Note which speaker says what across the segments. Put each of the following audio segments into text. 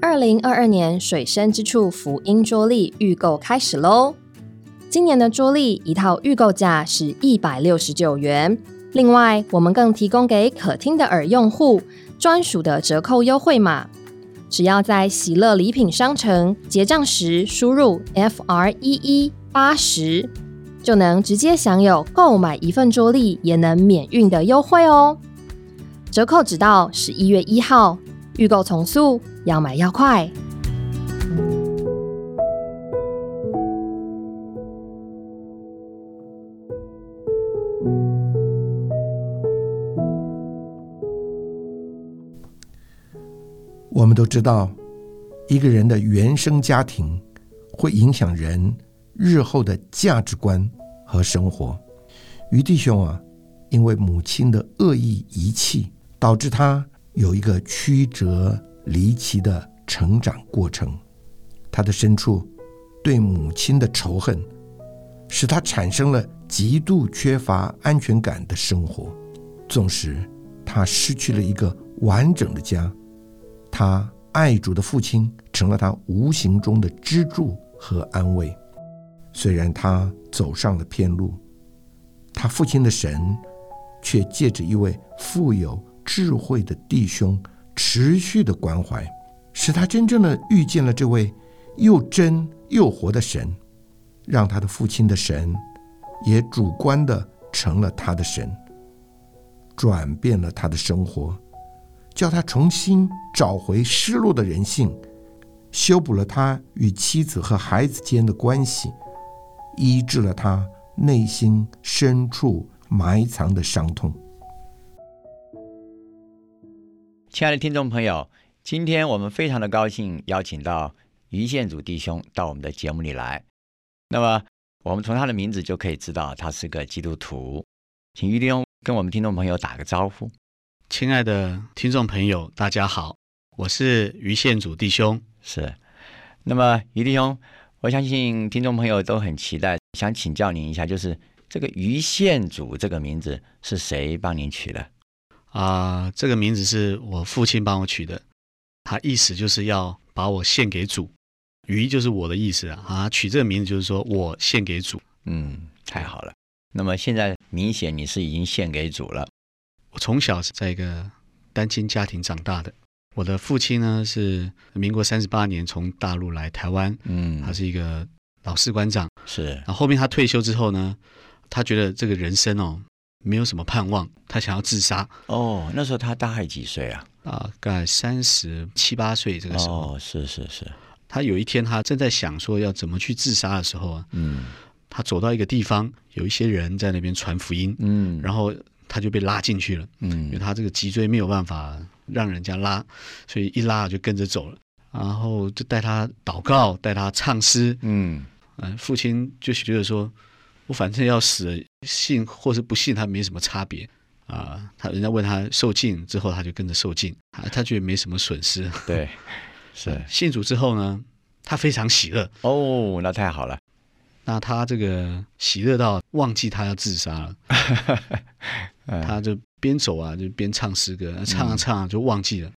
Speaker 1: 二零二二年水深之处福音桌历预购开始喽！今年的桌历一套预购价是一百六十九元，另外我们更提供给可听的耳用户专属的折扣优惠码，只要在喜乐礼品商城结账时输入 F R 一一八十，就能直接享有购买一份桌历也能免运的优惠哦。折扣只到十一月一号，预购从速，要买要快。
Speaker 2: 我们都知道，一个人的原生家庭会影响人日后的价值观和生活。于弟兄啊，因为母亲的恶意遗弃，导致他有一个曲折离奇的成长过程。他的深处对母亲的仇恨，使他产生了极度缺乏安全感的生活。纵使他失去了一个完整的家，他爱主的父亲成了他无形中的支柱和安慰。虽然他走上了偏路，他父亲的神却借着一位富有智慧的弟兄持续的关怀，使他真正的遇见了这位又真又活的神，让他的父亲的神也主观的成了他的神，转变了他的生活。叫他重新找回失落的人性，修补了他与妻子和孩子间的关系，医治了他内心深处埋藏的伤痛。
Speaker 3: 亲爱的听众朋友，今天我们非常的高兴邀请到于宪祖弟兄到我们的节目里来。那么，我们从他的名字就可以知道他是个基督徒。请于弟兄跟我们听众朋友打个招呼。
Speaker 4: 亲爱的听众朋友，大家好，我是于宪主弟兄。
Speaker 3: 是，那么于弟兄，我相信听众朋友都很期待，想请教您一下，就是这个于宪祖这个名字是谁帮您取的？
Speaker 4: 啊、这个名字是我父亲帮我取的，他意思就是要把我献给主，鱼就是我的意思啊。啊取这个名字就是说我献给主。
Speaker 3: 嗯，太好了。那么现在明显你是已经献给主了。
Speaker 4: 我从小是在一个单亲家庭长大的，我的父亲呢是民国三十八年从大陆来台湾，
Speaker 3: 嗯
Speaker 4: 他是一个老士官长。
Speaker 3: 是
Speaker 4: 然后后面他退休之后呢，他觉得这个人生哦没有什么盼望，他想要自杀
Speaker 3: 哦，那时候他大概几岁啊？
Speaker 4: 大概三十七八岁这个时候，
Speaker 3: 哦，是是是，
Speaker 4: 他有一天他正在想说要怎么去自杀的时候啊，
Speaker 3: 嗯
Speaker 4: 他走到一个地方，有一些人在那边传福音，
Speaker 3: 嗯，
Speaker 4: 然后他就被拉进去了，因
Speaker 3: 嗯
Speaker 4: 为他这个脊椎没有办法让人家拉，所以一拉就跟着走了。然后就带他祷告，带他唱诗，
Speaker 3: 嗯
Speaker 4: 嗯，父亲就觉得说，我反正要死了，信或是不信，他没什么差别啊、他人家问他受尽之后，他就跟着受尽，他他觉得没什么损失。
Speaker 3: 对，是
Speaker 4: 信主之后呢，他非常喜乐，
Speaker 3: 哦，那太好了。
Speaker 4: 那他这个喜乐到忘记他要自杀了，
Speaker 3: 嗯
Speaker 4: 他就边走啊，就边唱诗歌，唱啊唱啊就忘记了。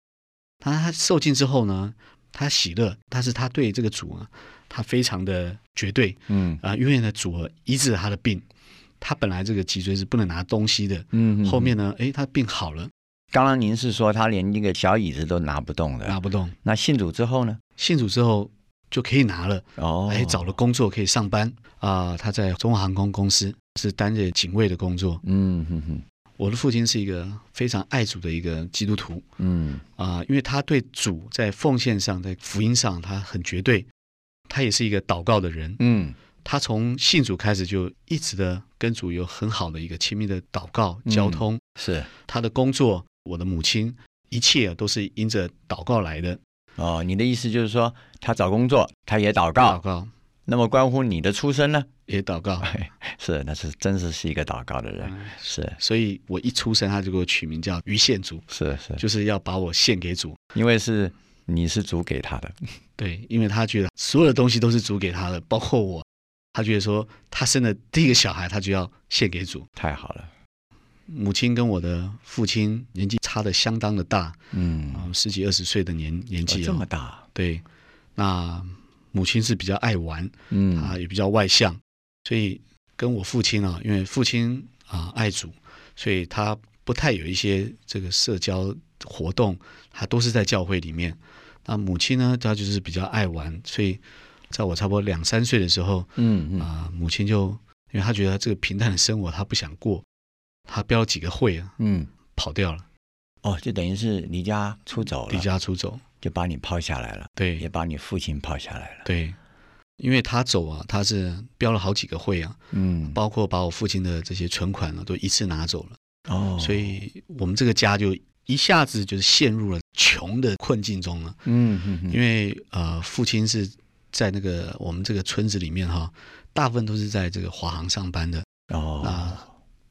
Speaker 4: 他他受尽之后呢，他喜乐，但是他对这个主啊，他非常的绝对，
Speaker 3: 嗯
Speaker 4: 啊，因为呢，主儿医治了他的病，他本来这个脊椎是不能拿东西的，
Speaker 3: 嗯，
Speaker 4: 后面呢，诶，他病好了，
Speaker 3: 刚刚您是说他连那个小椅子都拿不动的，
Speaker 4: 拿不动，
Speaker 3: 那信主之后呢？
Speaker 4: 信主之后就可以拿了，
Speaker 3: 哦，
Speaker 4: 诶，哎找了工作可以上班啊、他在中华航空公司是担任警卫的工作。
Speaker 3: 嗯哼哼，
Speaker 4: 我的父亲是一个非常爱主的一个基督徒
Speaker 3: 嗯
Speaker 4: 啊、因为他对主在奉献上、在福音上，他很绝对，他也是一个祷告的人。
Speaker 3: 嗯
Speaker 4: 他从信主开始就一直的跟主有很好的一个亲密的祷告、交
Speaker 3: 嗯
Speaker 4: 通。
Speaker 3: 是
Speaker 4: 他的工作，我的母亲，一切啊都是因着祷告来的。
Speaker 3: 哦，你的意思就是说他找工作，他也祷告，
Speaker 4: 祷告
Speaker 3: 那么关乎你的出身呢？
Speaker 4: 也祷告，
Speaker 3: 是，那是真是是一个祷告的人，
Speaker 4: 嗯
Speaker 3: 是
Speaker 4: 所以我一出生他就给我取名叫于献主，
Speaker 3: 是是，
Speaker 4: 就是要把我献给主。
Speaker 3: 因为是你是主给他的，
Speaker 4: 对，因为他觉得所有的东西都是主给他的，包括我。他觉得说，他生的第一个小孩，他就要献给主。
Speaker 3: 太好了，
Speaker 4: 母亲跟我的父亲年纪差的相当的大，
Speaker 3: 嗯，
Speaker 4: 啊、十几二十岁的年年
Speaker 3: 哦
Speaker 4: 纪、哦
Speaker 3: 这么大，
Speaker 4: 对，那母亲是比较爱玩，
Speaker 3: 嗯
Speaker 4: 啊，也比较外向，所以跟我父亲啊，因为父亲啊爱煮，所以他不太有一些这个社交活动，他都是在教会里面。那母亲呢，她就是比较爱玩，所以在我差不多两三岁的时候
Speaker 3: 嗯嗯
Speaker 4: 啊，母亲就因为她觉得这个平淡的生活她不想过，她标几个会啊
Speaker 3: 嗯，
Speaker 4: 跑掉了，
Speaker 3: 哦，就等于是离家出走了，
Speaker 4: 离家出走。
Speaker 3: 就把你抛下来了，
Speaker 4: 对，
Speaker 3: 也把你父亲抛下来了，
Speaker 4: 对，因为他走啊，他是标了好几个会啊，
Speaker 3: 嗯，
Speaker 4: 包括把我父亲的这些存款啊，都一次拿走了，
Speaker 3: 哦，
Speaker 4: 所以我们这个家就一下子就是陷入了穷的困境中了。
Speaker 3: 嗯嗯嗯，
Speaker 4: 因为呃，父亲是在那个我们这个村子里面哈、大部分都是在这个华航上班的，
Speaker 3: 哦，
Speaker 4: 那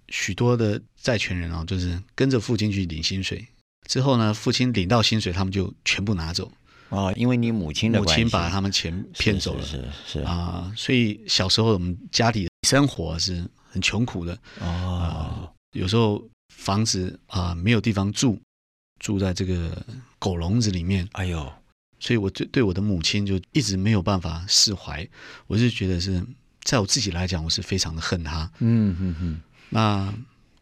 Speaker 4: 许多的债权人啊，就是跟着父亲去领薪水。之后呢，父亲领到薪水，他们就全部拿走，
Speaker 3: 哦，因为你母亲的
Speaker 4: 母
Speaker 3: 关系
Speaker 4: 亲把他们钱骗走了。
Speaker 3: 是是是是
Speaker 4: 啊、所以小时候我们家里的生活是很穷苦的，
Speaker 3: 哦，
Speaker 4: 有时候房子啊、没有地方住，住在这个狗笼子里面，
Speaker 3: 哎呦，
Speaker 4: 所以我对对我的母亲就一直没有办法释怀，我是觉得是在我自己来讲，我是非常的恨她。
Speaker 3: 嗯嗯嗯，
Speaker 4: 那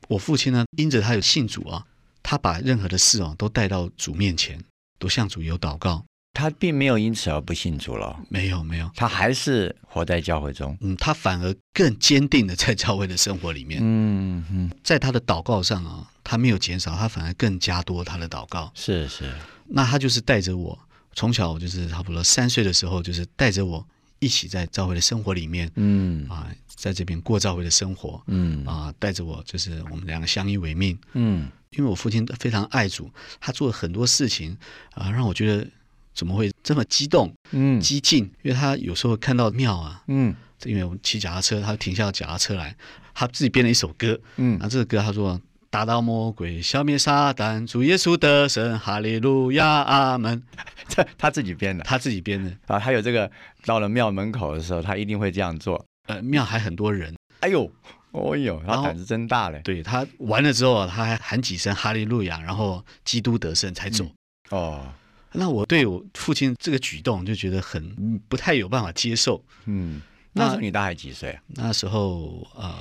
Speaker 4: 我父亲呢，因着他有信主啊，他把任何的事啊都带到主面前，都向主有祷告，
Speaker 3: 他并没有因此而不信主了，
Speaker 4: 没有没有，
Speaker 3: 他还是活在教会中，
Speaker 4: 嗯，他反而更坚定的在教会的生活里面。
Speaker 3: 嗯嗯，
Speaker 4: 在他的祷告上啊，他没有减少，他反而更加多他的祷告。
Speaker 3: 是是，
Speaker 4: 那他就是带着我，从小我就是差不多三岁的时候，就是带着我一起在教会的生活里面
Speaker 3: 嗯
Speaker 4: 啊、在这边过教会的生活
Speaker 3: 嗯
Speaker 4: 啊、带着我就是我们两个相依为命。
Speaker 3: 嗯
Speaker 4: 因为我父亲非常爱主，他做了很多事情啊、让我觉得怎么会这么激动、
Speaker 3: 嗯
Speaker 4: 激进？因为他有时候看到庙啊，
Speaker 3: 嗯
Speaker 4: 因为我们骑脚踏车，他停下脚踏车来，他自己编了一首歌，
Speaker 3: 嗯
Speaker 4: 那这个歌他说：“打倒魔鬼，消灭撒旦，主耶稣得胜，哈利路亚，阿门。
Speaker 3: 这 他自己编”的
Speaker 4: 他自己编的，
Speaker 3: 啊，还有这个到了庙门口的时候，他一定会这样做。
Speaker 4: 呃，庙还很多人，
Speaker 3: 哎呦，哦呦，
Speaker 4: 然
Speaker 3: 他
Speaker 4: 后
Speaker 3: 胆子真大嘞！
Speaker 4: 对他完了之后，他还喊几声哈利路亚，然后基督得胜才走。
Speaker 3: 哦，
Speaker 4: 那我对我父亲这个举动就觉得很不太有办法接受。
Speaker 3: 嗯，那时候你大概几岁？啊
Speaker 4: 那时候呃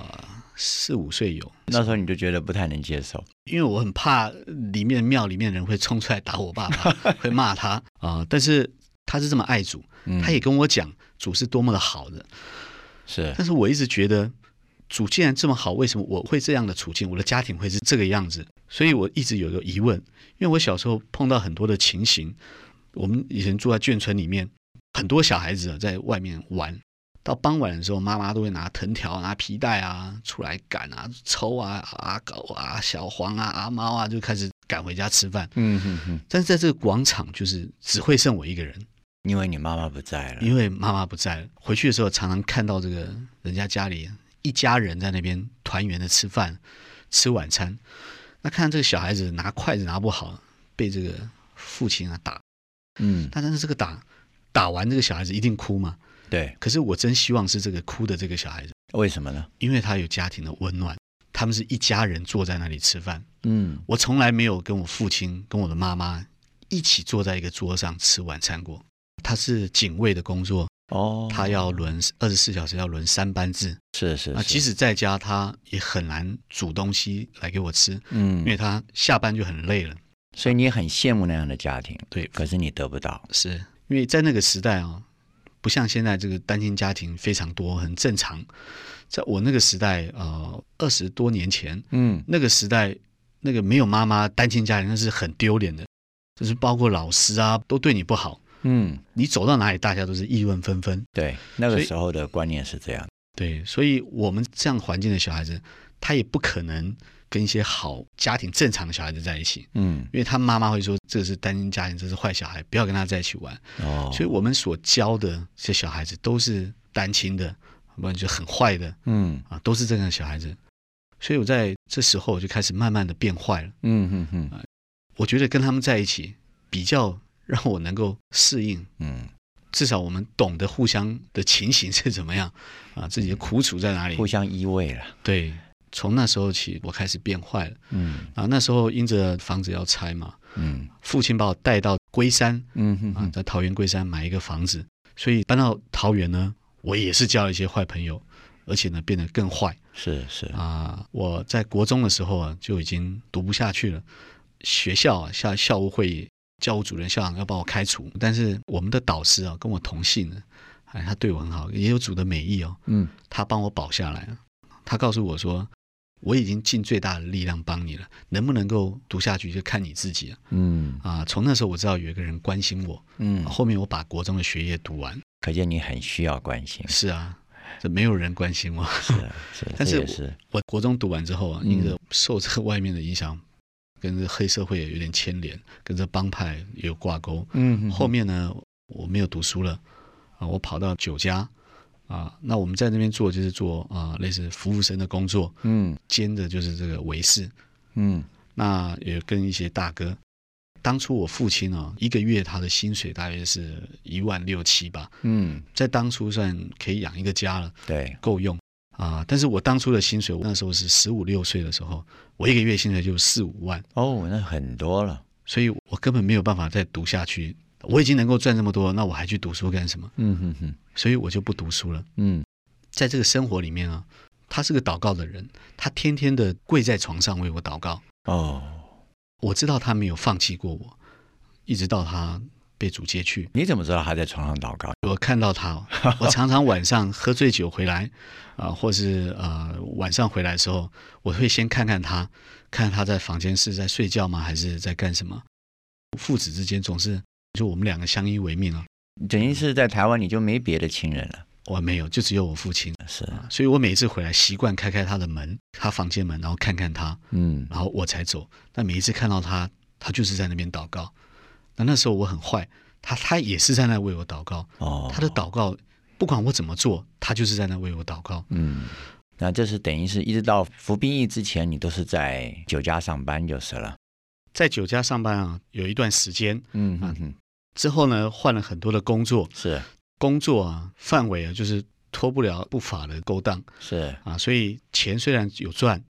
Speaker 4: 四五岁有，
Speaker 3: 那时候你就觉得不太能接受。
Speaker 4: 因为我很怕里面庙里面人会冲出来打我爸爸，会骂他啊、但是他是这么爱主，
Speaker 3: 嗯
Speaker 4: 他也跟我讲主是多么的好的。
Speaker 3: 是
Speaker 4: 但是我一直觉得主既然这么好，为什么我会这样的处境，我的家庭会是这个样子？所以我一直有个疑问，因为我小时候碰到很多的情形，我们以前住在眷村里面，很多小孩子啊在外面玩。到傍晚的时候，妈妈都会拿藤条、拿皮带啊出来赶啊、抽啊、啊狗啊、小黄啊、啊猫啊，就开始赶回家吃饭。
Speaker 3: 嗯哼哼，
Speaker 4: 但是在这个广场，就是只会剩我一个人，
Speaker 3: 因为你妈妈不在了。
Speaker 4: 因为妈妈不在了，回去的时候常常看到这个人家家里一家人在那边团圆的吃饭，吃晚餐。那看这个小孩子拿筷子拿不好，被这个父亲啊打。
Speaker 3: 嗯，
Speaker 4: 那但是这个打打完，这个小孩子一定哭嘛。
Speaker 3: 对，
Speaker 4: 可是我真希望是这个哭的这个小孩子，
Speaker 3: 为什么呢？
Speaker 4: 因为他有家庭的温暖，他们是一家人坐在那里吃饭。
Speaker 3: 嗯，
Speaker 4: 我从来没有跟我父亲、跟我的妈妈一起坐在一个桌上吃晚餐过。他是警卫的工作，
Speaker 3: 哦，
Speaker 4: 他要轮二十四小时要轮三班制
Speaker 3: 是是
Speaker 4: 啊，即使在家他也很难煮东西来给我吃，
Speaker 3: 嗯
Speaker 4: 因，为他下班就很累了。
Speaker 3: 所以你很羡慕那样的家庭，
Speaker 4: 对，
Speaker 3: 可是你得不到。
Speaker 4: 是因为在那个时代啊、不像现在这个单亲家庭非常多，很正常。在我那个时代，呃，二十多年前
Speaker 3: 嗯
Speaker 4: 那个时代，那个没有妈妈单亲家庭那是很丢脸的，就是包括老师啊都对你不好，
Speaker 3: 嗯，
Speaker 4: 你走到哪里大家都是议论纷纷。
Speaker 3: 对，那个
Speaker 4: 所以
Speaker 3: 时候的观念是这样。
Speaker 4: 对，所以我们这样环境的小孩子，他也不可能跟一些好家庭正常的小孩子在一起，
Speaker 3: 嗯，
Speaker 4: 因为他妈妈会说这是单亲家庭，这是坏小孩，不要跟他在一起玩。
Speaker 3: 哦，
Speaker 4: 所以我们所教的这些小孩子都是单亲的，不然就很坏的
Speaker 3: 嗯
Speaker 4: 啊，都是这样的小孩子。所以我在这时候我就开始慢慢的变坏了。
Speaker 3: 嗯嗯嗯
Speaker 4: 我觉得跟他们在一起比较让我能够适应，
Speaker 3: 嗯
Speaker 4: 至少我们懂得互相的情形是怎么样啊，自己的苦楚在哪
Speaker 3: 嗯，
Speaker 4: 里
Speaker 3: 互。相依偎了。
Speaker 4: 对，从那时候起，我开始变坏了
Speaker 3: 嗯
Speaker 4: 啊。那时候因着房子要拆嘛，
Speaker 3: 嗯
Speaker 4: 父亲把我带到龟山
Speaker 3: 嗯哼
Speaker 4: 啊
Speaker 3: 哼，
Speaker 4: 在桃园龟山买一个房子，所以搬到桃园呢，我也是交了一些坏朋友，而且呢变得更坏
Speaker 3: 是是，
Speaker 4: 啊。我在国中的时候啊就已经读不下去了，学校啊校校务会议，教务主任、校长要把我开除，但是我们的导师啊跟我同姓的，哎，他对我很好，也有主的美意哦，
Speaker 3: 嗯
Speaker 4: 他帮我保下来了。他告诉我说。我已经尽最大的力量帮你了，能不能够读下去就看你自己了
Speaker 3: 嗯
Speaker 4: 啊！从那时候我知道有一个人关心我，
Speaker 3: 嗯，
Speaker 4: 后面我把国中的学业读完。
Speaker 3: 可见你很需要关 心，
Speaker 4: 是啊，这没有人关心我。
Speaker 3: 是啊是，
Speaker 4: 但
Speaker 3: 这
Speaker 4: 是
Speaker 3: 也是
Speaker 4: 我国中读完之后啊，
Speaker 3: 嗯
Speaker 4: 因为受这个外面的影响，跟这黑社会也有点牵连，跟这帮派也有挂钩。
Speaker 3: 嗯哼哼
Speaker 4: 后面呢，我没有读书了啊，我跑到酒家啊，那我们在那边做就是做啊类似服务生的工作，
Speaker 3: 嗯
Speaker 4: 兼着就是这个维士。
Speaker 3: 嗯
Speaker 4: 那也跟一些大哥。当初我父亲啊，一个月他的薪水大约是一万六七吧，
Speaker 3: 嗯，
Speaker 4: 在当初算可以养一个家了，
Speaker 3: 对，
Speaker 4: 够用啊。但是我当初的薪水，我那时候是十五六岁的时候，我一个月薪水就四五万，
Speaker 3: 哦，那很多了，
Speaker 4: 所以我根本没有办法再读下去。我已经能够赚这么多，那我还去读书干什么？
Speaker 3: 嗯哼哼，
Speaker 4: 所以我就不读书了。
Speaker 3: 嗯
Speaker 4: 在这个生活里面啊，他是个祷告的人，他天天的跪在床上为我祷告。
Speaker 3: 哦，
Speaker 4: 我知道他没有放弃过我，一直到他被主接去，
Speaker 3: 你怎么知道他在床上祷告？
Speaker 4: 我看到他，我常常晚上喝醉酒回来，啊、或是呃晚上回来的时候，我会先看看他，看他在房间是在睡觉吗，还是在干什么。父子之间总是就我们两个相依为命啊，
Speaker 3: 等于是在台湾你就没别的亲人了，
Speaker 4: 我没有，就只有我父亲，
Speaker 3: 是，
Speaker 4: 所以我每一次回来习惯开开他的门，他房间门，然后看看他，
Speaker 3: 嗯
Speaker 4: 然后我才走。但每一次看到他，他就是在那边祷告。那那时候我很坏，他他也是在那为我祷告。
Speaker 3: 哦，
Speaker 4: 他的祷告，不管我怎么做，他就是在那为我祷告。
Speaker 3: 嗯，那这是等于是一直到服兵役之前，你都是在酒家上班就是了。
Speaker 4: 在酒家上班啊，有一段时间
Speaker 3: 嗯哼哼，
Speaker 4: 之后呢，换了很多的工作，
Speaker 3: 是
Speaker 4: 工作啊范围啊，就是脱不了不法的勾当
Speaker 3: 是，
Speaker 4: 啊。所以钱虽然有赚，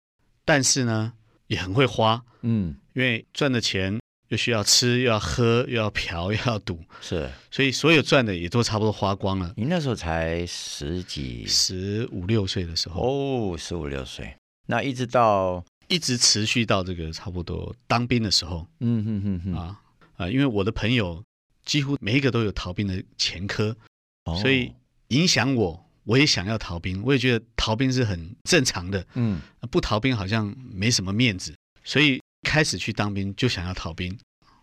Speaker 4: 但是呢也很会花，
Speaker 3: 嗯
Speaker 4: 因为赚的钱又需要吃，又要喝，又要嫖，又要赌，
Speaker 3: 是。
Speaker 4: 所以所有赚的也都差不多花光了。
Speaker 3: 你那时候才十几
Speaker 4: 十五六岁的时候，
Speaker 3: 哦，十五六岁，那一直到
Speaker 4: 一直持续到这个差不多当兵的时候
Speaker 3: 嗯哼哼哼，
Speaker 4: 啊啊，因为我的朋友几乎每一个都有逃兵的前科，
Speaker 3: 哦
Speaker 4: 所以影响我，我也想要逃兵，我也觉得逃兵是很正常的，
Speaker 3: 嗯
Speaker 4: 不逃兵好像没什么面子，所以开始去当兵就想要逃兵。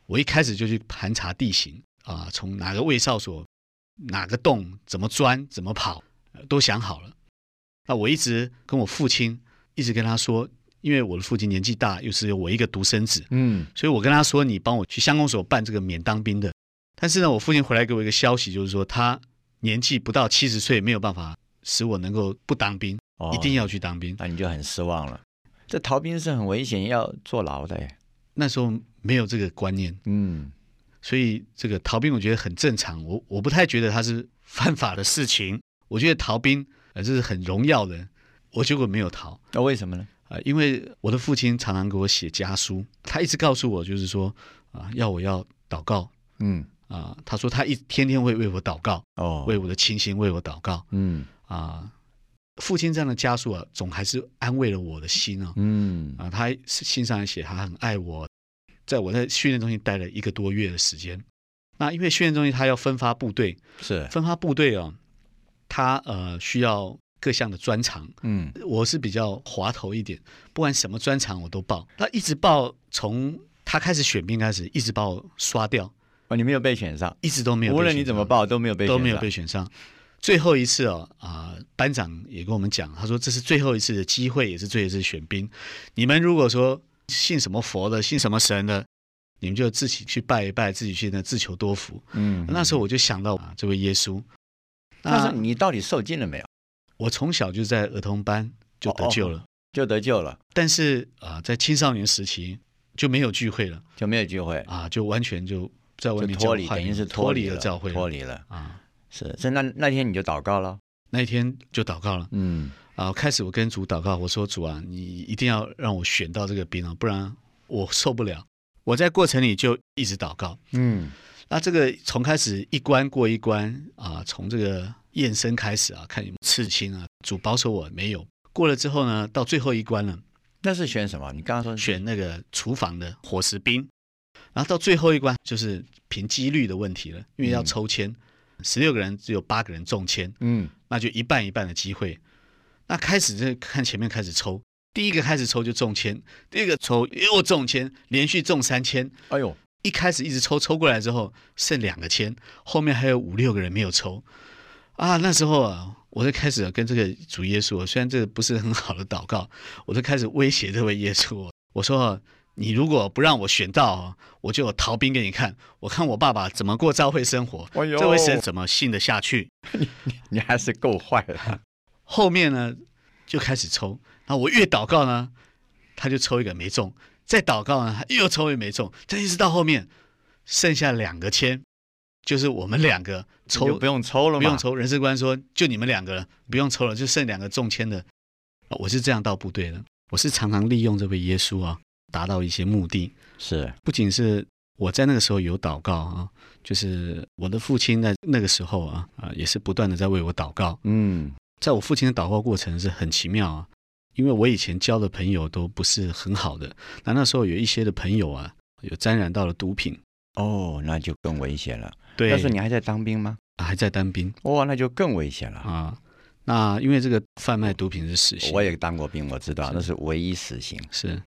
Speaker 4: 我一开始就去盘查地形啊，从哪个卫哨所、哪个洞、怎么钻、怎么跑，呃都想好了。那我一直跟我父亲一直跟他说，因为我的父亲年纪大，又是我一个独生子，
Speaker 3: 嗯
Speaker 4: 所以我跟他说，你帮我去乡公所办这个免当兵的。但是呢，我父亲回来给我一个消息，就是说他年纪不到七十岁，没有办法使我能够不当兵，
Speaker 3: 哦
Speaker 4: 嗯一定要去当兵。
Speaker 3: 那你就很失望了。这逃兵是很危险，要坐牢的耶。
Speaker 4: 那时候没有这个观念，
Speaker 3: 嗯
Speaker 4: 所以这个逃兵我觉得很正常，我我不太觉得它是犯法的事情，我觉得逃兵呃这是很荣耀的，我结果没有逃。
Speaker 3: 那、为什么呢？
Speaker 4: 啊、因为我的父亲常常给我写家书，他一直告诉我，就是说啊、要我要祷告
Speaker 3: 嗯
Speaker 4: 啊、他说他一天天会为我祷告，啊
Speaker 3: 哦
Speaker 4: 为我的亲情为我祷告
Speaker 3: 嗯
Speaker 4: 啊、父亲这样的家书啊，总还是安慰了我的心啊。
Speaker 3: 嗯
Speaker 4: 啊，他信上也写他很爱我，在我在训练中心待了一个多月的时间。那因为训练中心他要分发部队，
Speaker 3: 是
Speaker 4: 分发部队啊，他呃需要各项的专长。
Speaker 3: 嗯
Speaker 4: 我是比较滑头一点，不管什么专长我都报。他一直报，从他开始选兵开始，一直把我刷掉，
Speaker 3: 哦，你没有被选上，
Speaker 4: 一直都没有被选上。
Speaker 3: 无论你怎么报都没有被选
Speaker 4: 都
Speaker 3: 上
Speaker 4: 没有被选上。最后一次哦，啊、班长也跟我们讲，他说这是最后一次的机会，也是最后一次选兵。你们如果说信什么佛的，信什么神的，你们就自己去拜一拜，自己去那自求多福。
Speaker 3: 嗯
Speaker 4: 那时候我就想到啊，这位耶稣。
Speaker 3: 那时候你到底受尽了没有？
Speaker 4: 我从小就在儿童班就得救了，
Speaker 3: 就得救了，
Speaker 4: 但是啊、在青少年时期就没有聚会了
Speaker 3: 就没有机会，
Speaker 4: 啊，就完全就在外
Speaker 3: 就
Speaker 4: 面
Speaker 3: 脱离，
Speaker 4: 教会
Speaker 3: 等于是
Speaker 4: 脱
Speaker 3: 离
Speaker 4: 了教会了
Speaker 3: 脱离了。
Speaker 4: 啊。
Speaker 3: 是，所以那那天你就祷告了。
Speaker 4: 那一天就祷告了。
Speaker 3: 嗯
Speaker 4: 啊，开始我跟主祷告，我说主啊，你一定要让我选到这个槟榔，不然我受不了。我在过程里就一直祷告，
Speaker 3: 嗯
Speaker 4: 那这个从开始一关过一关啊，从这个验身开始啊，看有没有刺青啊，主保守我没有。过了之后呢，到最后一关了，
Speaker 3: 那是选什么？你刚刚说是
Speaker 4: 选那个厨房的伙食兵，然后到最后一关就是凭几率的问题了，因为要
Speaker 3: 嗯
Speaker 4: 抽签，十六、个人只有八个人中签，
Speaker 3: 嗯
Speaker 4: 那就一半一半的机会。那开始这看前面开始抽，第一个开始抽就中签，第二个抽又中签，连续中三签，
Speaker 3: 哎呦，
Speaker 4: 一开始一直抽抽过来之后剩两个签，后面还有五六个人没有抽啊。那时候啊，我就开始跟这个主耶稣，虽然这个不是很好的祷告，我就开始威胁这位耶稣，我说啊。你如果不让我选到啊，我就有逃兵给你看，我看我爸爸怎么过教会生活，
Speaker 3: 哎呦
Speaker 4: 这位神怎么信得下去。
Speaker 3: 你还是够坏的。
Speaker 4: 后面呢就开始抽，然后我越祷告呢，他就抽一个没中，再祷告呢他又抽一个没中，这一直到后面剩下两个签，就是我们两个
Speaker 3: 你
Speaker 4: 抽
Speaker 3: 就不用抽了嘛，
Speaker 4: 不用抽，人事官说就你们两个了，不用抽了，就剩两个中签的。啊我是这样到部队的，我是常常利用这位耶稣啊，达到一些目的。
Speaker 3: 是
Speaker 4: 不仅是我在那个时候有祷告啊，就是我的父亲在那个时候啊啊，也是不断的在为我祷告。
Speaker 3: 嗯
Speaker 4: 在我父亲的祷告过程是很奇妙啊，因为我以前交的朋友都不是很好的，那那时候有一些的朋友啊，有沾染到了毒品，
Speaker 3: 哦，那就更危险了。
Speaker 4: 对，
Speaker 3: 但是你还在当兵吗？
Speaker 4: 啊还在当兵
Speaker 3: 哇，那就更危险了。
Speaker 4: 啊，那因为这个贩卖毒品是死刑，
Speaker 3: 我也当过兵，我知道
Speaker 4: 是
Speaker 3: 那是唯一死刑。
Speaker 4: 是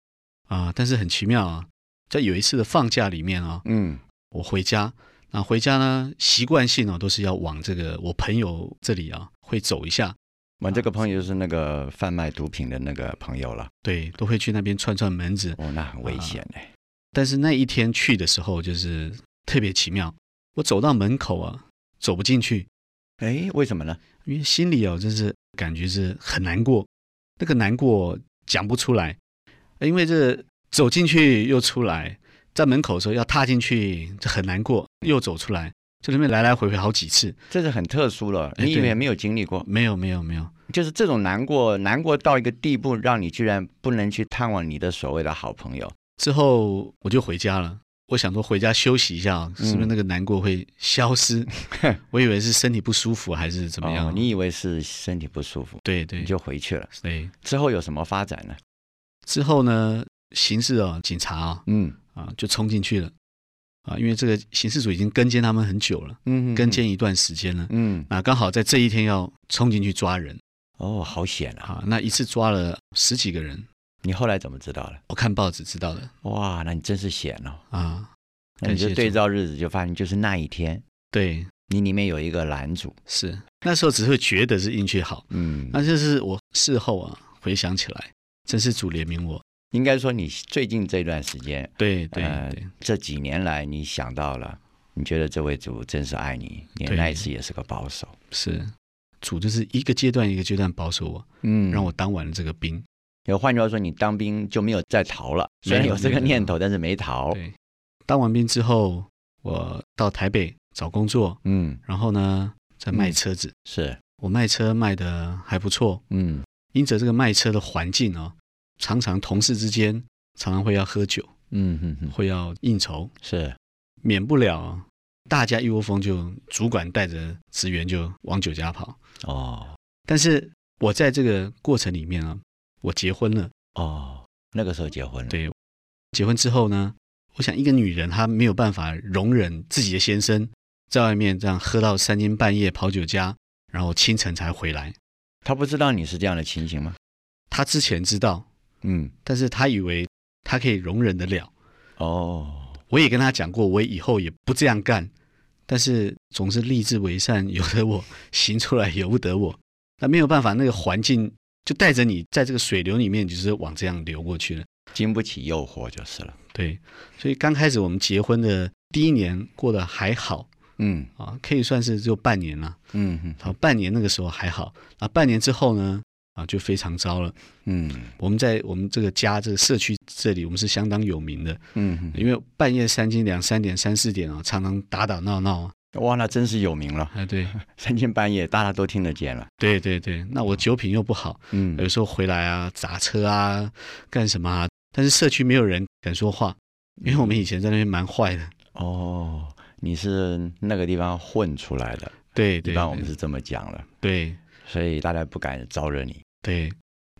Speaker 4: 啊，但是很奇妙啊，在有一次的放假里面啊，
Speaker 3: 嗯
Speaker 4: 我回家，那回家呢，习惯性哦、都是要往这个我朋友这里啊会走一下，
Speaker 3: 我这个朋友就是那个贩卖毒品的那个朋友了，
Speaker 4: 对，都会去那边串串门子，
Speaker 3: 哦，那很
Speaker 4: 啊
Speaker 3: 危险哎。
Speaker 4: 但是那一天去的时候，就是特别奇妙。我走到门口啊，走不进去，
Speaker 3: 哎，为什么呢？
Speaker 4: 因为心里哦，真是感觉是很难过，那个难过讲不出来，因为这走进去又出来，在门口的时候要踏进去，这很难过，又走出来，就那边来来回回好几次。
Speaker 3: 这是很特殊了，
Speaker 4: 哎
Speaker 3: 你以
Speaker 4: 对
Speaker 3: 为没有经历过？
Speaker 4: 没有，没有，没有，
Speaker 3: 就是这种难过，难过到一个地步，让你居然不能去探望你的所谓的好朋友。
Speaker 4: 之后我就回家了。我想说回家休息一下啊，是不是那个难过会消失？ 我以为是身体不舒服还是怎么样？
Speaker 3: 哦你以为是身体不舒服，
Speaker 4: 对对
Speaker 3: 你就回去了。
Speaker 4: 对。
Speaker 3: 之后有什么发展呢？
Speaker 4: 之后呢，刑事啊、警察啊
Speaker 3: 嗯
Speaker 4: 啊就冲进去了啊，因为这个刑事组已经跟监他们很久了，
Speaker 3: 嗯
Speaker 4: 跟，监一段时间了。
Speaker 3: 嗯，
Speaker 4: 那刚好在这一天要冲进去抓人
Speaker 3: 哦，好险啊！
Speaker 4: 啊，那一次抓了十几个人，
Speaker 3: 你后来怎么知道了？
Speaker 4: 我看报纸知道的
Speaker 3: 哇，那你真是险哦！
Speaker 4: 啊。
Speaker 3: 那你
Speaker 4: 感谢
Speaker 3: 就对照日子，就发现就是那一天，
Speaker 4: 对，
Speaker 3: 你里面有一个男主，
Speaker 4: 是那时候只会觉得是运气好，
Speaker 3: 嗯，
Speaker 4: 那就是我事后啊回想起来，真是主怜悯我。
Speaker 3: 应该说你最近这段时间，
Speaker 4: 对对
Speaker 3: 呃
Speaker 4: 对，
Speaker 3: 这几年来你想到了，你觉得这位主真是爱你，你
Speaker 4: 对
Speaker 3: 那一次也是个保守，
Speaker 4: 是主就是一个阶段一个阶段保守我，
Speaker 3: 嗯
Speaker 4: 让我当完了这个兵。
Speaker 3: 有换句话说，你当兵就没有再逃了，
Speaker 4: 没有
Speaker 3: 虽然有这个念头，但是没逃，
Speaker 4: 对，当完兵之后，我到台北找工作，
Speaker 3: 嗯，
Speaker 4: 然后呢，再卖车子。
Speaker 3: 是，
Speaker 4: 我卖车卖的还不错，
Speaker 3: 嗯，
Speaker 4: 因着这个卖车的环境哦，常常同事之间常常会要喝酒，
Speaker 3: 嗯哼哼，
Speaker 4: 会要应酬，
Speaker 3: 是，
Speaker 4: 免不了大家一窝蜂就主管带着职员就往酒家跑。
Speaker 3: 哦
Speaker 4: 但是我在这个过程里面啊，我结婚了。
Speaker 3: 哦，那个时候结婚了，
Speaker 4: 对，结婚之后呢，我想一个女人她没有办法容忍自己的先生在外面这样喝到三更半夜跑酒家，然后清晨才回来。
Speaker 3: 他不知道你是这样的情形吗？
Speaker 4: 她之前知道，
Speaker 3: 嗯，
Speaker 4: 但是她以为她可以容忍得了。
Speaker 3: 哦，
Speaker 4: 我也跟她讲过，我以后也不这样干，但是总是立志为善，由得我，行出来由不得我。那没有办法，那个环境就带着你在这个水流里面，就是往这样流过去了。
Speaker 3: 经不起诱惑就是了，
Speaker 4: 对，所以刚开始我们结婚的第一年过得还好，
Speaker 3: 嗯
Speaker 4: 啊，可以算是只有半年了。
Speaker 3: 嗯哼
Speaker 4: 然后半年那个时候还好，啊，半年之后呢，啊，就非常糟了。
Speaker 3: 嗯
Speaker 4: 我们在我们这个家这个社区这里，我们是相当有名的，
Speaker 3: 嗯哼，
Speaker 4: 因为半夜三更、两三点、三四点啊，常常打打闹闹啊，
Speaker 3: 哇，那真是有名了，
Speaker 4: 哎，对
Speaker 3: 三更半夜大家都听得见了。
Speaker 4: 对对对，那我酒品又不好，
Speaker 3: 嗯
Speaker 4: 有时候回来啊砸车啊干什么啊，但是社区没有人敢说话，因为我们以前在那边蛮坏的。
Speaker 3: 哦，你是那个地方混出来的，
Speaker 4: 对
Speaker 3: 一
Speaker 4: 对
Speaker 3: 般我们
Speaker 4: 对
Speaker 3: 是这么讲了，
Speaker 4: 对
Speaker 3: 所以大家不敢招惹你。
Speaker 4: 对，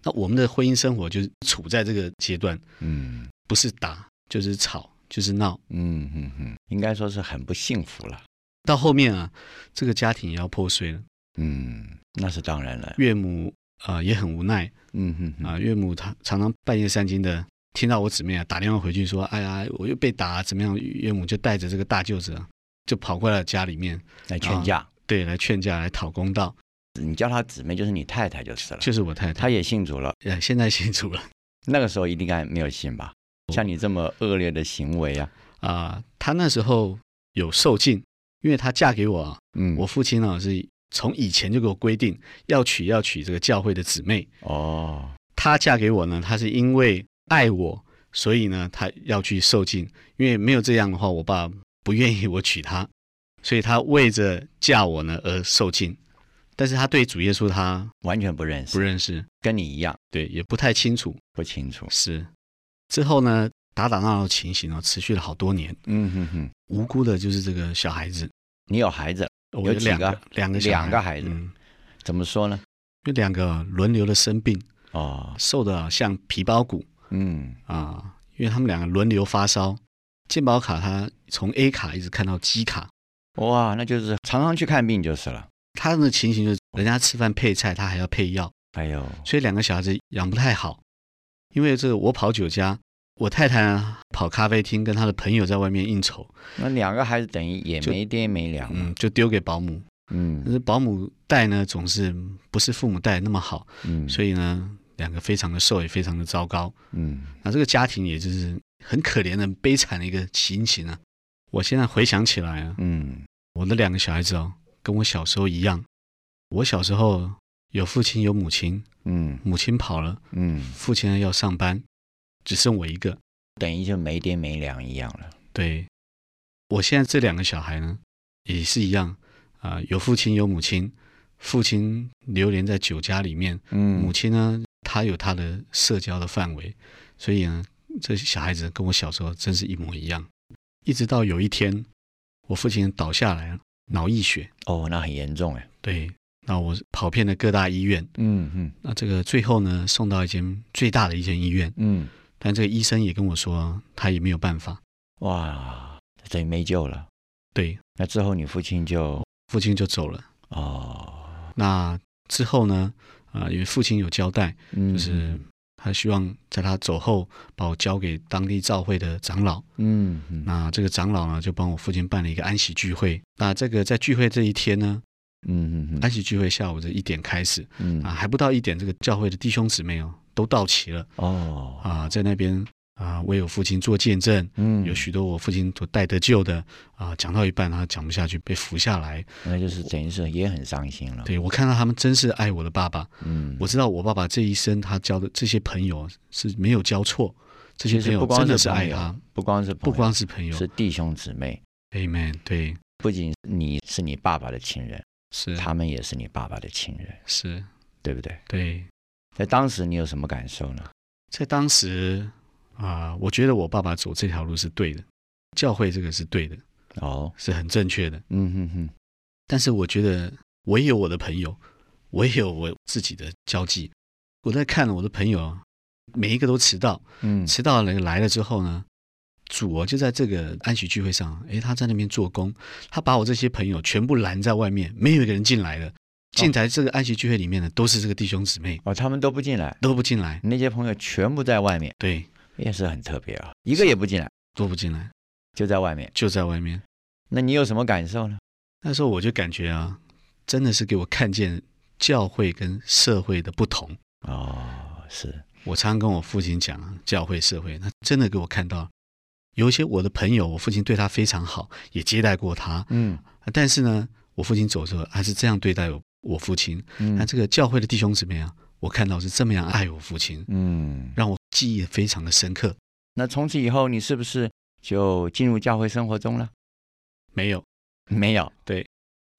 Speaker 4: 那我们的婚姻生活就是处在这个阶段，
Speaker 3: 嗯
Speaker 4: 不是打就是吵就是闹，
Speaker 3: 嗯嗯嗯，应该说是很不幸福了。
Speaker 4: 到后面啊，这个家庭也要破碎了，
Speaker 3: 嗯，那是当然了。
Speaker 4: 岳母啊、呃也很无奈
Speaker 3: 嗯嗯
Speaker 4: 啊、
Speaker 3: 嗯
Speaker 4: 岳母她常常半夜三更的。听到我姊妹啊打电话回去说：“哎呀，我又被打，怎么样？”岳母就带着这个大舅子啊，就跑过来家里面，
Speaker 3: 来劝架，
Speaker 4: 对，来劝架，来讨公道。
Speaker 3: 啊你叫她姊妹就是你太太就是了。
Speaker 4: 就是我太太，
Speaker 3: 她也信主了，
Speaker 4: 呃，现在信主了
Speaker 3: 那个时候一定该没有信吧？像你这么恶劣的行为啊，
Speaker 4: 啊。她那时候有受尽，因为她嫁给我啊，
Speaker 3: 嗯，
Speaker 4: 我父亲啊是从以前就给我规定要娶要娶这个教会的姊妹。
Speaker 3: 哦，
Speaker 4: 她嫁给我呢，她是因为爱我，所以呢，她要去受尽，因为没有这样的话，我爸不愿意我娶她， 所以她为着嫁我呢而受尽。但是她对主耶稣她
Speaker 3: 完全不认识，
Speaker 4: 不认识，
Speaker 3: 跟你一样
Speaker 4: 对，也不太清楚。
Speaker 3: 不清楚。
Speaker 4: 是，之后呢，打打闹闹的情形呢，持续了好多年。
Speaker 3: 嗯哼哼，
Speaker 4: 无辜的就是这个小孩子，
Speaker 3: 你有孩子，
Speaker 4: 我
Speaker 3: 有几
Speaker 4: 两
Speaker 3: 个
Speaker 4: 个，两个小
Speaker 3: 两个孩子
Speaker 4: 嗯，
Speaker 3: 怎么说呢？
Speaker 4: 有两个轮流的生病，
Speaker 3: 哦，
Speaker 4: 瘦的啊像皮包骨
Speaker 3: 嗯，
Speaker 4: 啊，因为他们两个轮流发烧。健保卡他从 A 卡一直看到 G 卡，
Speaker 3: 哇，那就是常常去看病就是了。
Speaker 4: 他的情形就是人家吃饭配菜，他还要配药，
Speaker 3: 哎呦，
Speaker 4: 所以两个小孩子养不太好。因为这个我跑酒家，我太太呢跑咖啡厅，跟她的朋友在外面应酬，
Speaker 3: 那两个孩子等于也
Speaker 4: 就
Speaker 3: 没爹没娘嘛。
Speaker 4: 嗯，就丢给保姆。但
Speaker 3: 嗯
Speaker 4: 是保姆带呢，总是不是父母带那么好，
Speaker 3: 嗯，
Speaker 4: 所
Speaker 3: 以
Speaker 4: 以呢，两个非常的瘦，也非常的糟糕。
Speaker 3: 嗯
Speaker 4: 那这个家庭也就是很可怜、很悲惨的一个情形啊。我现在回想起来啊，
Speaker 3: 嗯
Speaker 4: 我的两个小孩子哦，跟我小时候一样。我小时候有父亲有母亲，
Speaker 3: 嗯
Speaker 4: 母亲跑了，
Speaker 3: 嗯，
Speaker 4: 父亲呢要上班，只剩我一个。
Speaker 3: 等于就没爹没娘一样了。
Speaker 4: 对，我现在这两个小孩呢，也是一样啊、有父亲有母亲，父亲流连在酒家里面，
Speaker 3: 嗯，
Speaker 4: 母亲呢，她有她的社交的范围，所以呢，这小孩子跟我小时候真是一模一样。一直到有一天，我父亲倒下来了，脑溢血。
Speaker 3: 哦，那很严重哎。
Speaker 4: 对，那我跑遍了各大医院，
Speaker 3: 嗯嗯
Speaker 4: 那这个最后呢，送到一间最大的一间医院，
Speaker 3: 嗯，
Speaker 4: 但这个医生也跟我说，他也没有办法。
Speaker 3: 哇，等于没救了。
Speaker 4: 对，
Speaker 3: 那之后你父亲就
Speaker 4: 父亲就走了。
Speaker 3: 哦，
Speaker 4: 那之后呢，啊、因为父亲有交代，
Speaker 3: 嗯
Speaker 4: 就是他希望在他走后，把我交给当地教会的长老。
Speaker 3: 嗯嗯
Speaker 4: 那这个长老呢，就帮我父亲办了一个安息聚会。那这个在聚会这一天呢，
Speaker 3: 嗯嗯
Speaker 4: 安息聚会下午的一点开始
Speaker 3: 嗯
Speaker 4: 啊，还不到一点，这个教会的弟兄姊妹哦都到齐了
Speaker 3: 哦，
Speaker 4: 啊，在那边啊为我父亲做见证，
Speaker 3: 嗯，
Speaker 4: 有许多我父亲所带得救的啊，讲到一半他讲不下去被扶下来。
Speaker 3: 那就是等于是也很伤心了。，
Speaker 4: 对我看到他们真是爱我的爸爸，
Speaker 3: 嗯，
Speaker 4: 我知道我爸爸这一生他交的这些朋友是没有交错，这些
Speaker 3: 其
Speaker 4: 朋
Speaker 3: 实
Speaker 4: 友
Speaker 3: 不光
Speaker 4: 真的
Speaker 3: 是朋
Speaker 4: 爱
Speaker 3: 友
Speaker 4: 他，，
Speaker 3: 不光是
Speaker 4: 不
Speaker 3: 不
Speaker 4: 光是朋友
Speaker 3: 是弟兄姊妹，
Speaker 4: ，Amen，对，
Speaker 3: 不仅你是你爸爸的亲人，
Speaker 4: 是
Speaker 3: 他们也是你爸爸的亲人，
Speaker 4: 是
Speaker 3: 对不对？
Speaker 4: 对。
Speaker 3: 在当时你有什么感受呢？
Speaker 4: 在当时啊、我觉得我爸爸走这条路是对的，教会这个是对的，
Speaker 3: 哦，
Speaker 4: 是很正确的。
Speaker 3: 嗯哼哼，
Speaker 4: 但是我觉得我也有我的朋友，我也有我自己的交际。我在看我的朋友啊，每一个都迟到，
Speaker 3: 嗯
Speaker 4: 迟到了来了之后呢，主哦就在这个安息聚会上，诶，他在那边做工，他把我这些朋友全部拦在外面，没有一个人进来的。进来这个安息聚会里面的都是这个弟兄姊妹，
Speaker 3: 哦，他们都不进来，
Speaker 4: 都不进来，
Speaker 3: 你那些朋友全部在外面，
Speaker 4: 对，
Speaker 3: 也是很特别啊，一个也不进来，
Speaker 4: 都不进来，
Speaker 3: 就在外面。
Speaker 4: 就在外面。
Speaker 3: 那你有什么感受呢？
Speaker 4: 那时候我就感觉啊，真的是给我看见教会跟社会的不同。
Speaker 3: 哦，是，
Speaker 4: 我常常跟我父亲讲啊，教会社会，他真的给我看到，有一些我的朋友，我父亲对他非常好，也接待过他，
Speaker 3: 嗯
Speaker 4: 但是呢，我父亲走之后还是这样对待我我父亲。
Speaker 3: 嗯
Speaker 4: 那这个教会的弟兄姊妹啊，我看到是这么样爱我父亲，
Speaker 3: 嗯，
Speaker 4: 让我记忆非常的深刻。
Speaker 3: 那从此以后你是不是就进入教会生活中了？
Speaker 4: 没有，
Speaker 3: 没有，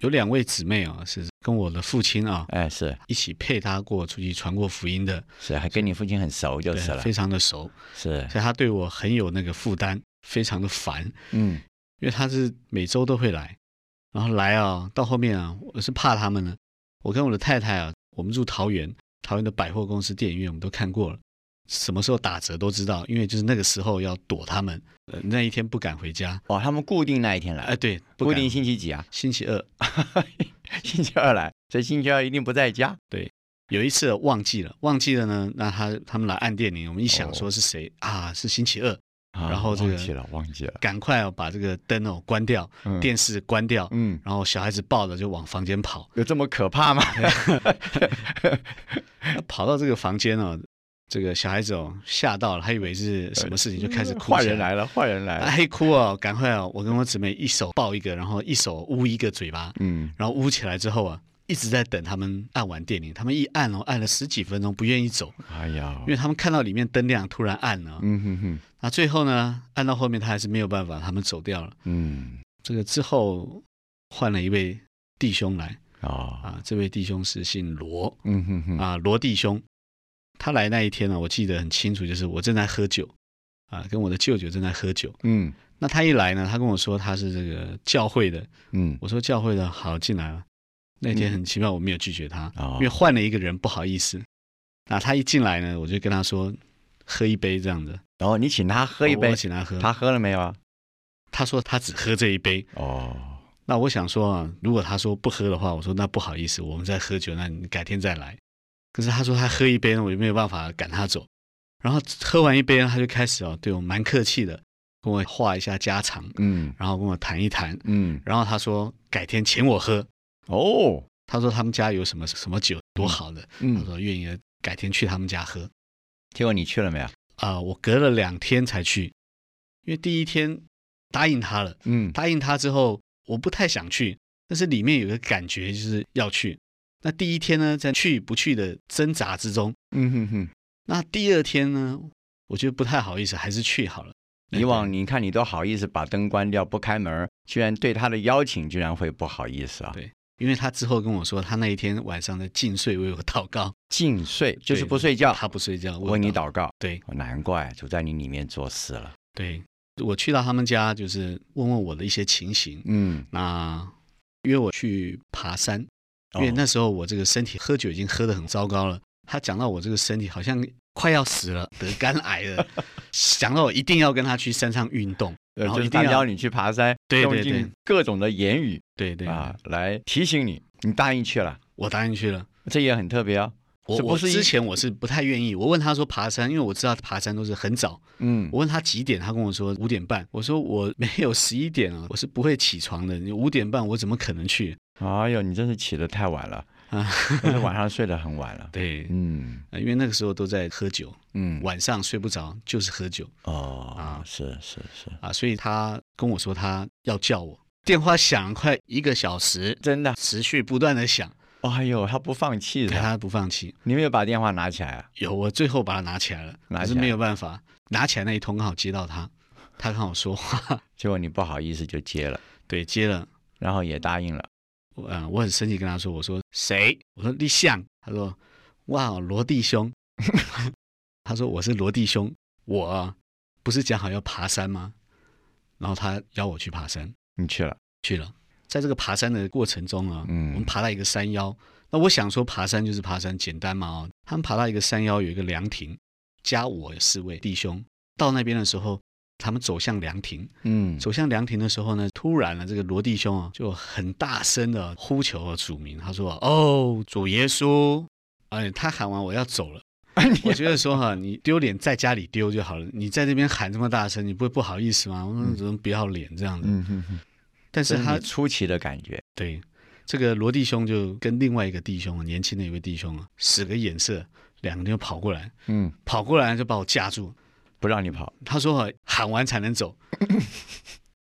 Speaker 4: 有两位姊妹啊，是跟我的父亲啊
Speaker 3: 哎，是
Speaker 4: 一起配搭过出去传过福音的，
Speaker 3: 是，还跟你父亲很熟就
Speaker 4: 对
Speaker 3: 是，了，
Speaker 4: 非常的熟，
Speaker 3: 是，
Speaker 4: 所以他对我很有那个负担，非常的烦，
Speaker 3: 嗯，
Speaker 4: 因为他是每周都会来，然后来啊，到后面啊，我是怕他们呢。我跟我的太太啊，我们住桃园，桃园的百货公司、电影院我们都看过了，什么时候打折都知道，因为就是那个时候要躲他们，呃，那一天不敢回家。
Speaker 3: 哦，他们固定那一天
Speaker 4: 哎、
Speaker 3: 来，
Speaker 4: 对，不
Speaker 3: 固
Speaker 4: 敢
Speaker 3: 定星期几啊？
Speaker 4: 星期二，
Speaker 3: 星期二来，所以星期二一定不在家。
Speaker 4: 有一次忘记了，忘记了呢，那他他们来按电铃，我们一想
Speaker 3: 哦
Speaker 4: 说是谁、啊？是星期二，
Speaker 3: 啊
Speaker 4: 然后这个
Speaker 3: 忘记了，忘记了，
Speaker 4: 赶快、哦、把这个灯哦关掉，
Speaker 3: 嗯
Speaker 4: 电视关掉，
Speaker 3: 嗯，
Speaker 4: 然后小孩子抱着就往房间跑。
Speaker 3: 有这么可怕 吗？
Speaker 4: 他跑到这个房间哦，这个小孩子哦吓到了，他以为是什么事情，就开始哭
Speaker 3: 嗯坏
Speaker 4: 起
Speaker 3: 人
Speaker 4: 嗯来。
Speaker 3: 来哎了，坏人来了，
Speaker 4: 他一哭哦，赶快哦，我跟我姊妹一手抱一个，然后一手捂一个嘴巴，
Speaker 3: 嗯，
Speaker 4: 然后捂起来之后啊，一直在等他们按完电铃。他们一按哦，按了十几分钟，不愿意走，
Speaker 3: 哎呀
Speaker 4: 因，为他们看到里面灯亮，突然按了。
Speaker 3: 嗯哼哼，
Speaker 4: 那最后呢，按到后面他还是没有办法，他们走掉了。
Speaker 3: 嗯，
Speaker 4: 这个之后换了一位弟兄来
Speaker 3: 哦，
Speaker 4: 啊，这位弟兄是姓罗，
Speaker 3: 嗯哼哼，
Speaker 4: 啊，罗弟兄，他来那一天呢，我记得很清楚，就是我正在喝酒啊，跟我的舅舅正在喝酒。
Speaker 3: 嗯
Speaker 4: 那他一来呢，他跟我说他是这个教会的，
Speaker 3: 嗯，
Speaker 4: 我说教会的好进来了。那
Speaker 3: 嗯
Speaker 4: 天很奇妙，我没有拒绝他，
Speaker 3: 哦
Speaker 4: 因为换了一个人不好意思。那他一进来呢，我就跟他说喝一杯这样子，
Speaker 3: 然后你请他喝一
Speaker 4: 哦我
Speaker 3: 杯
Speaker 4: 我，请他喝。
Speaker 3: 他喝了没有啊？
Speaker 4: 他说他只喝这一杯。
Speaker 3: 哦，
Speaker 4: 那我想说啊，如果他说不喝的话，我说那不好意思，我们在喝酒，那你改天再来。可是他说他喝一杯呢，我就没有办法赶他走。然后喝完一杯呢，他就开始哦，对我蛮客气的，跟我话一下家常，
Speaker 3: 嗯
Speaker 4: 然后跟我谈一谈。
Speaker 3: 嗯，
Speaker 4: 然后他说改天请我喝，
Speaker 3: 哦，
Speaker 4: 他说他们家有什么什么酒多好的，他
Speaker 3: 嗯，
Speaker 4: 说愿意改天去他们家喝。
Speaker 3: 结果你去了没有？
Speaker 4: 啊、我隔了两天才去，因为第一天答应他了。
Speaker 3: 嗯，
Speaker 4: 答应他之后，我不太想去，但是里面有个感觉就是要去。那第一天呢，在去不去的挣扎之中，
Speaker 3: 嗯哼哼，
Speaker 4: 那第二天呢，我觉得不太好意思，还是去好了。
Speaker 3: 以往你看你都好意思把灯关掉不开门儿，居然对他的邀请居然会不好意思啊
Speaker 4: 对！因为他之后跟我说，他那一天晚上在尽睡为我祷告，
Speaker 3: 尽睡就是不睡觉，
Speaker 4: 他不睡觉，
Speaker 3: 为你祷告，
Speaker 4: 对
Speaker 3: 哦难怪主在你里面做事了。
Speaker 4: 对，我去到他们家，就是问问我的一些情形。
Speaker 3: 嗯，
Speaker 4: 那约我去爬山，因为
Speaker 3: 哦
Speaker 4: 那时候我这个身体喝酒已经喝得很糟糕了。他讲到我这个身体好像快要死了，得肝癌 了，想到我一定要跟他去山上运动，
Speaker 3: 呃
Speaker 4: 然后
Speaker 3: 就
Speaker 4: 一
Speaker 3: 是
Speaker 4: 定
Speaker 3: 他
Speaker 4: 要
Speaker 3: 邀你去爬山，
Speaker 4: 对
Speaker 3: 用
Speaker 4: 对
Speaker 3: 尽
Speaker 4: 对
Speaker 3: 各种的言语
Speaker 4: 对对，
Speaker 3: 啊来提醒你，你答应去了，
Speaker 4: 我答应去了。
Speaker 3: 这也很特别啊。
Speaker 4: 我
Speaker 3: 这不
Speaker 4: 我
Speaker 3: 是一
Speaker 4: 之前我是不太愿意，我问他说爬山，因为我知道爬山都是很早。
Speaker 3: 嗯
Speaker 4: 我问他几点，他跟我说五点半。我说我没有十一点啊，我是不会起床的。你五点半我怎么可能去
Speaker 3: 哎呦，你真是起得太晚了，
Speaker 4: 啊？。
Speaker 3: 我是晚上睡得很晚了
Speaker 4: 对，
Speaker 3: 嗯
Speaker 4: 呃因为那个时候都在喝酒，
Speaker 3: 嗯，
Speaker 4: 晚上睡不着就是喝酒。
Speaker 3: 哦
Speaker 4: 啊，
Speaker 3: 是是是，
Speaker 4: 啊，所以他跟我说他要叫我，电话响了快一个小时，
Speaker 3: 真的。
Speaker 4: 持续不断的响，
Speaker 3: 哎呦，他不放弃
Speaker 4: 可
Speaker 3: 的，
Speaker 4: 他不放弃。
Speaker 3: 你没有把电话拿起来啊？
Speaker 4: 有，我最后把它拿起来了，
Speaker 3: 拿
Speaker 4: 可
Speaker 3: 起
Speaker 4: 是
Speaker 3: 来
Speaker 4: 没有办法，拿起来那一通刚好接到他，他跟我说话，
Speaker 3: 结果你不好意思就接了，
Speaker 4: 对，接了，
Speaker 3: 然后也答应了。
Speaker 4: 我呃，我很生气跟他说，我说谁？我说立向，他说哇，罗弟兄， 他说我是罗弟兄，我啊不是讲好要爬山吗？然后他邀我去爬山，
Speaker 3: 你去了，
Speaker 4: 去了。在这个爬山的过程中啊，
Speaker 3: 嗯
Speaker 4: 我们爬到一个山腰，那我想说爬山就是爬山，简单嘛哦。他们爬到一个山腰，有一个凉亭，加我有四位弟兄到那边的时候，他们走向凉亭，
Speaker 3: 嗯
Speaker 4: 走向凉亭的时候呢，突然呢，这个罗弟兄啊就很大声的呼求啊主名，他说：“哦，主耶稣！”哎，他喊完我要走了，我觉得说哈，你丢脸在家里丢就好了，你在这边喊这么大声，你不会不好意思吗？我说怎么不要脸这样子？
Speaker 3: 嗯哼哼，
Speaker 4: 但是
Speaker 3: 这是
Speaker 4: 他
Speaker 3: 你出奇的感觉，
Speaker 4: 对，这个罗弟兄就跟另外一个弟兄，年轻的一位弟兄啊，使个眼色，两个人就跑过来，
Speaker 3: 嗯，
Speaker 4: 跑过来就把我架住。
Speaker 3: 不让你跑，
Speaker 4: 他说啊喊完才能走。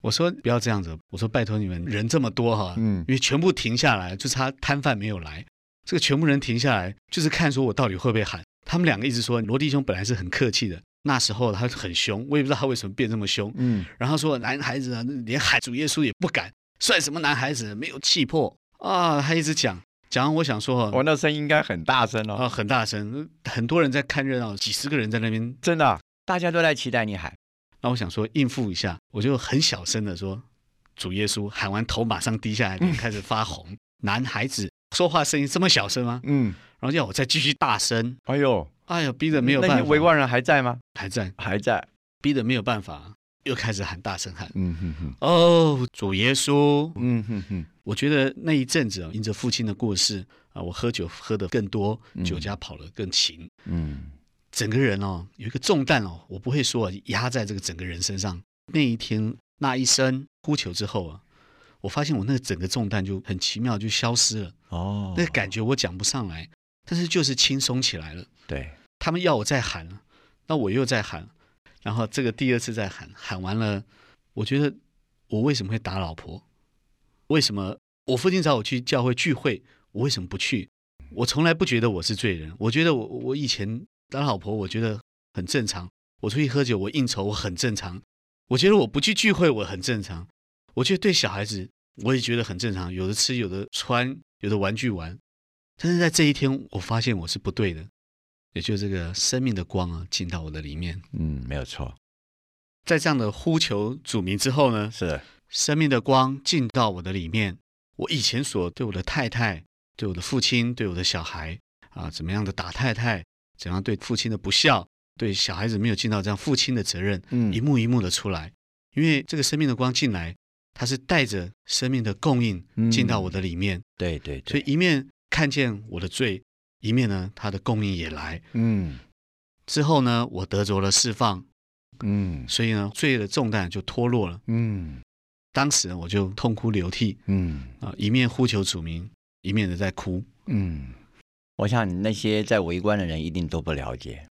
Speaker 4: 我说不要这样子，我说拜托你们人这么多哈、
Speaker 3: 嗯
Speaker 4: 因为全部停下来，就差摊贩没有来，这个全部人停下来，就是看说我到底会不会喊。他们两个一直说罗弟兄本来是很客气的，那时候他很凶，我也不知道他为什么变这么凶。
Speaker 3: 嗯，
Speaker 4: 然后说男孩子啊，连喊主耶稣也不敢，算什么男孩子，没有气魄啊！”他一直讲讲，完我想说
Speaker 3: 我哦那声音应该很大声哦，
Speaker 4: 啊，很大声，很多人在看热闹，几十个人在那边。
Speaker 3: 真的啊、大家都在期待你喊。
Speaker 4: 那我想说应付一下，我就很小声的说：“主耶稣！”喊完头马上低下来，脸开始 发红。男孩子说话声音这么小声吗？
Speaker 3: 嗯，
Speaker 4: 然后要我再继续大声，
Speaker 3: 哎呦，
Speaker 4: 哎呀，逼得没有办
Speaker 3: 那
Speaker 4: 法，
Speaker 3: 些围观人还在吗？
Speaker 4: 还在，
Speaker 3: 还在。
Speaker 4: 逼得没有办法，又开始喊大声喊。
Speaker 3: 嗯哼哼，
Speaker 4: 哦，主耶稣！
Speaker 3: 嗯哼哼，
Speaker 4: 我觉得那一阵子啊，因着父亲的过世啊，我喝酒喝得更多
Speaker 3: 嗯，
Speaker 4: 酒家跑得更勤，
Speaker 3: 嗯
Speaker 4: 整个人哦有一个重担哦，我不会说啊压在这个整个人身上。那一天那一声呼求之后啊，我发现我那个整个重担就很奇妙就消失了，
Speaker 3: 哦，
Speaker 4: 那感觉我讲不上来，但是就是轻松起来了。
Speaker 3: 对，
Speaker 4: 他们要我再喊了，那我又再喊，然后这个第二次再喊，喊完了，我觉得我为什么会打老婆？为什么我父亲找我去教会聚会，我为什么不去？我从来不觉得我是罪人，我觉得我我以前打老婆，我觉得很正常。我出去喝酒，我应酬，我很正常。我觉得我不去聚会，我很正常。我觉得对小孩子，我也觉得很正常，有的吃，有的穿，有的玩具玩。但是在这一天，我发现我是不对的，也就是这个生命的光啊进到我的里面。
Speaker 3: 嗯，没有错，
Speaker 4: 在这样的呼求主名之后呢，
Speaker 3: 是，
Speaker 4: 生命的光进到我的里面。我以前所对我的太太、对我的父亲、对我的小孩啊，怎么样的打太太，怎样对父亲的不孝，对小孩子没有尽到这样父亲的责任，
Speaker 3: 嗯
Speaker 4: 一幕一幕的出来。因为这个生命的光进来，它是带着生命的供应
Speaker 3: 嗯
Speaker 4: 进到我的里面，
Speaker 3: 对对对，
Speaker 4: 所以一面看见我的罪，一面呢，它的供应也来。
Speaker 3: 嗯
Speaker 4: 之后呢，我得着了释放，
Speaker 3: 嗯
Speaker 4: 所以呢，罪的重担就脱落了。
Speaker 3: 嗯
Speaker 4: 当时呢我就痛哭流涕，
Speaker 3: 嗯
Speaker 4: 啊，一面呼求主名，一面的在哭。
Speaker 3: 嗯，我想那些在围观的人一定都不了解，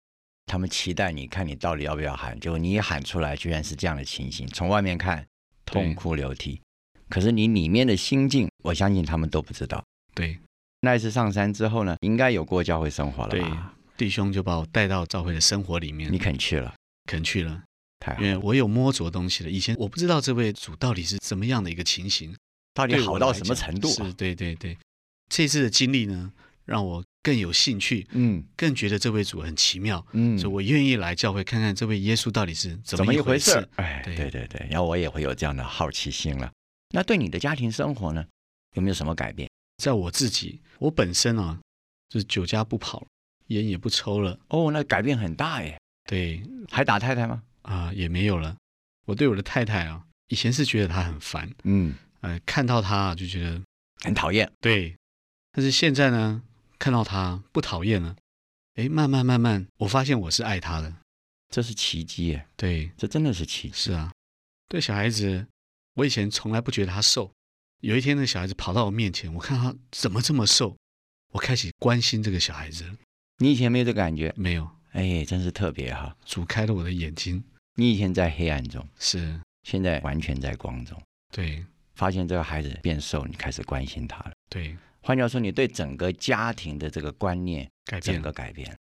Speaker 3: 他们期待你看你到底要不要喊，结果你一喊出来，居然是这样的情形，从外面看痛
Speaker 4: 对
Speaker 3: 哭流涕，可是你里面的心境，我相信他们都不知道。
Speaker 4: 对，
Speaker 3: 那一次上山之后呢，应该有过教会生活了
Speaker 4: 对
Speaker 3: 吧？
Speaker 4: 弟兄就把我带到教会的生活里面，
Speaker 3: 你肯去了，
Speaker 4: 肯去了，
Speaker 3: 太好
Speaker 4: 因，为我有摸着东西了。以前我不知道这位主到底是怎么样的一个情形，
Speaker 3: 到底
Speaker 4: 对
Speaker 3: 好
Speaker 4: 我
Speaker 3: 到
Speaker 4: 来
Speaker 3: 什么
Speaker 4: 讲
Speaker 3: 程度、
Speaker 4: 是，
Speaker 3: 啊？
Speaker 4: 对对对。这次的经历呢，让我更有兴趣，
Speaker 3: 嗯
Speaker 4: 更觉得这位主很奇妙，
Speaker 3: 嗯
Speaker 4: 所以我愿意来教会看看这位耶稣到底是怎
Speaker 3: 怎么
Speaker 4: 一
Speaker 3: 一回
Speaker 4: 事。
Speaker 3: 事？哎，
Speaker 4: 对
Speaker 3: 对对对，然后我也会有这样的好奇心了。那对你的家庭生活呢，有没有什么改变？
Speaker 4: 在我自己，我本身啊，就是酒家不跑，烟也不抽了，
Speaker 3: 哦，那改变很大耶，
Speaker 4: 对，
Speaker 3: 还打太太吗？
Speaker 4: 啊、也没有了。我对我的太太啊，以前是觉得她很烦，
Speaker 3: 嗯，
Speaker 4: 呃，看到她啊就觉得
Speaker 3: 很讨厌。
Speaker 4: 对，但是现在呢，看到她不讨厌了，诶，慢慢慢慢，我发现我是爱她的。
Speaker 3: 这是奇迹耶，
Speaker 4: 对，
Speaker 3: 这真的是奇迹。
Speaker 4: 是啊，对小孩子，我以前从来不觉得他瘦，有一天那个小孩子跑到我面前，我看他怎么这么瘦，我开始关心这个小孩子了。
Speaker 3: 你以前没有这感觉，
Speaker 4: 没有，
Speaker 3: 哎，真是特别哈。
Speaker 4: 主开了我的眼睛，
Speaker 3: 你以前在黑暗中，
Speaker 4: 是
Speaker 3: 现在完全在光中，
Speaker 4: 对
Speaker 3: 发现这个孩子变瘦，你开始关心他了。
Speaker 4: 对，
Speaker 3: 换句话说，你对整个家庭的这个观念
Speaker 4: 改
Speaker 3: 整
Speaker 4: 变
Speaker 3: 个
Speaker 4: 了，
Speaker 3: 改变了。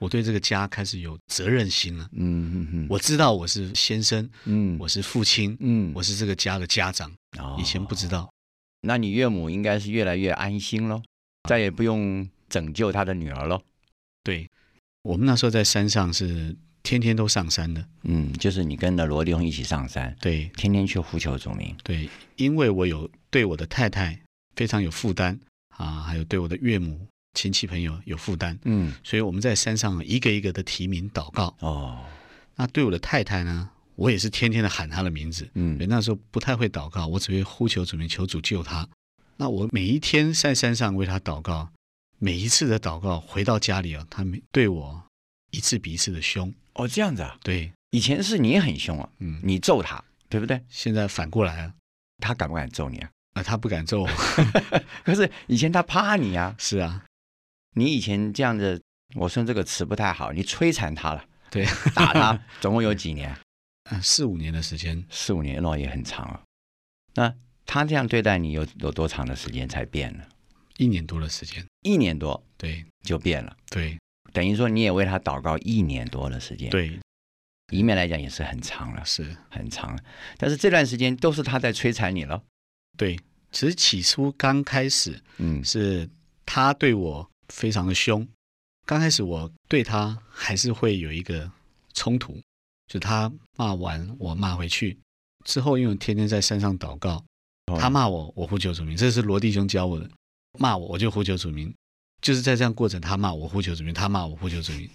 Speaker 4: 我对这个家开始有责任心了。
Speaker 3: 嗯嗯嗯，
Speaker 4: 我知道我是先生，
Speaker 3: 嗯
Speaker 4: 我是父亲，
Speaker 3: 嗯
Speaker 4: 我是这个家的家长，
Speaker 3: 哦
Speaker 4: 以前不知道。
Speaker 3: 那你岳母应该是越来越安心喽，啊再也不用拯救她的女儿喽。
Speaker 4: 对，我们那时候在山上是天天都上山的。
Speaker 3: 嗯，就是你跟着罗弟兄一起上山，
Speaker 4: 对
Speaker 3: 天天去呼求主名。
Speaker 4: 对，因为我有对我的太太非常有负担啊，还有对我的岳母、亲戚朋友有负担，
Speaker 3: 嗯，
Speaker 4: 所以我们在山上一个一个的提名祷告。
Speaker 3: 哦，
Speaker 4: 那对我的太太呢，我也是天天的喊她的名字。对，
Speaker 3: 嗯
Speaker 4: 那时候不太会祷告，我只会呼求主名，求主救他。那我每一天在山上为他祷告，每一次的祷告回到家里啊，他们对我一次比一次的凶。
Speaker 3: 哦，这样子啊，
Speaker 4: 对，
Speaker 3: 以前是你很凶啊，
Speaker 4: 嗯，
Speaker 3: 你揍她，对不对？
Speaker 4: 现在反过来了，
Speaker 3: 她敢不敢揍你啊？
Speaker 4: 啊，他不敢揍我。
Speaker 3: 可是以前她怕你啊，
Speaker 4: 是啊，
Speaker 3: 你以前这样子，我说这个词不太好，你摧残她了，
Speaker 4: 对，
Speaker 3: 打 她，总共有几年？
Speaker 4: 啊，四五年的时间，
Speaker 3: 四五年，那也很长啊。那她这样对待你有有多长的时间才变呢？
Speaker 4: 一年多的时间。
Speaker 3: 一年多
Speaker 4: 对
Speaker 3: 就变了。
Speaker 4: 对
Speaker 3: 等于说你也为他祷告一年多的时间，，
Speaker 4: 对，
Speaker 3: 一面来讲也是很长了，
Speaker 4: 是，
Speaker 3: 很长了。但是这段时间都是他在摧残你了，
Speaker 4: 对，其实起初刚开始
Speaker 3: 嗯
Speaker 4: 是他对我非常的凶，刚开始我对他还是会有一个冲突，就他骂完我骂回去，之后因为我天天在山上祷告，
Speaker 3: 哦
Speaker 4: 他骂我我呼求主名，这是罗弟兄教我的，骂我我就呼求主名，就是在这样过程，他骂我呼求主名，他骂我呼求主名，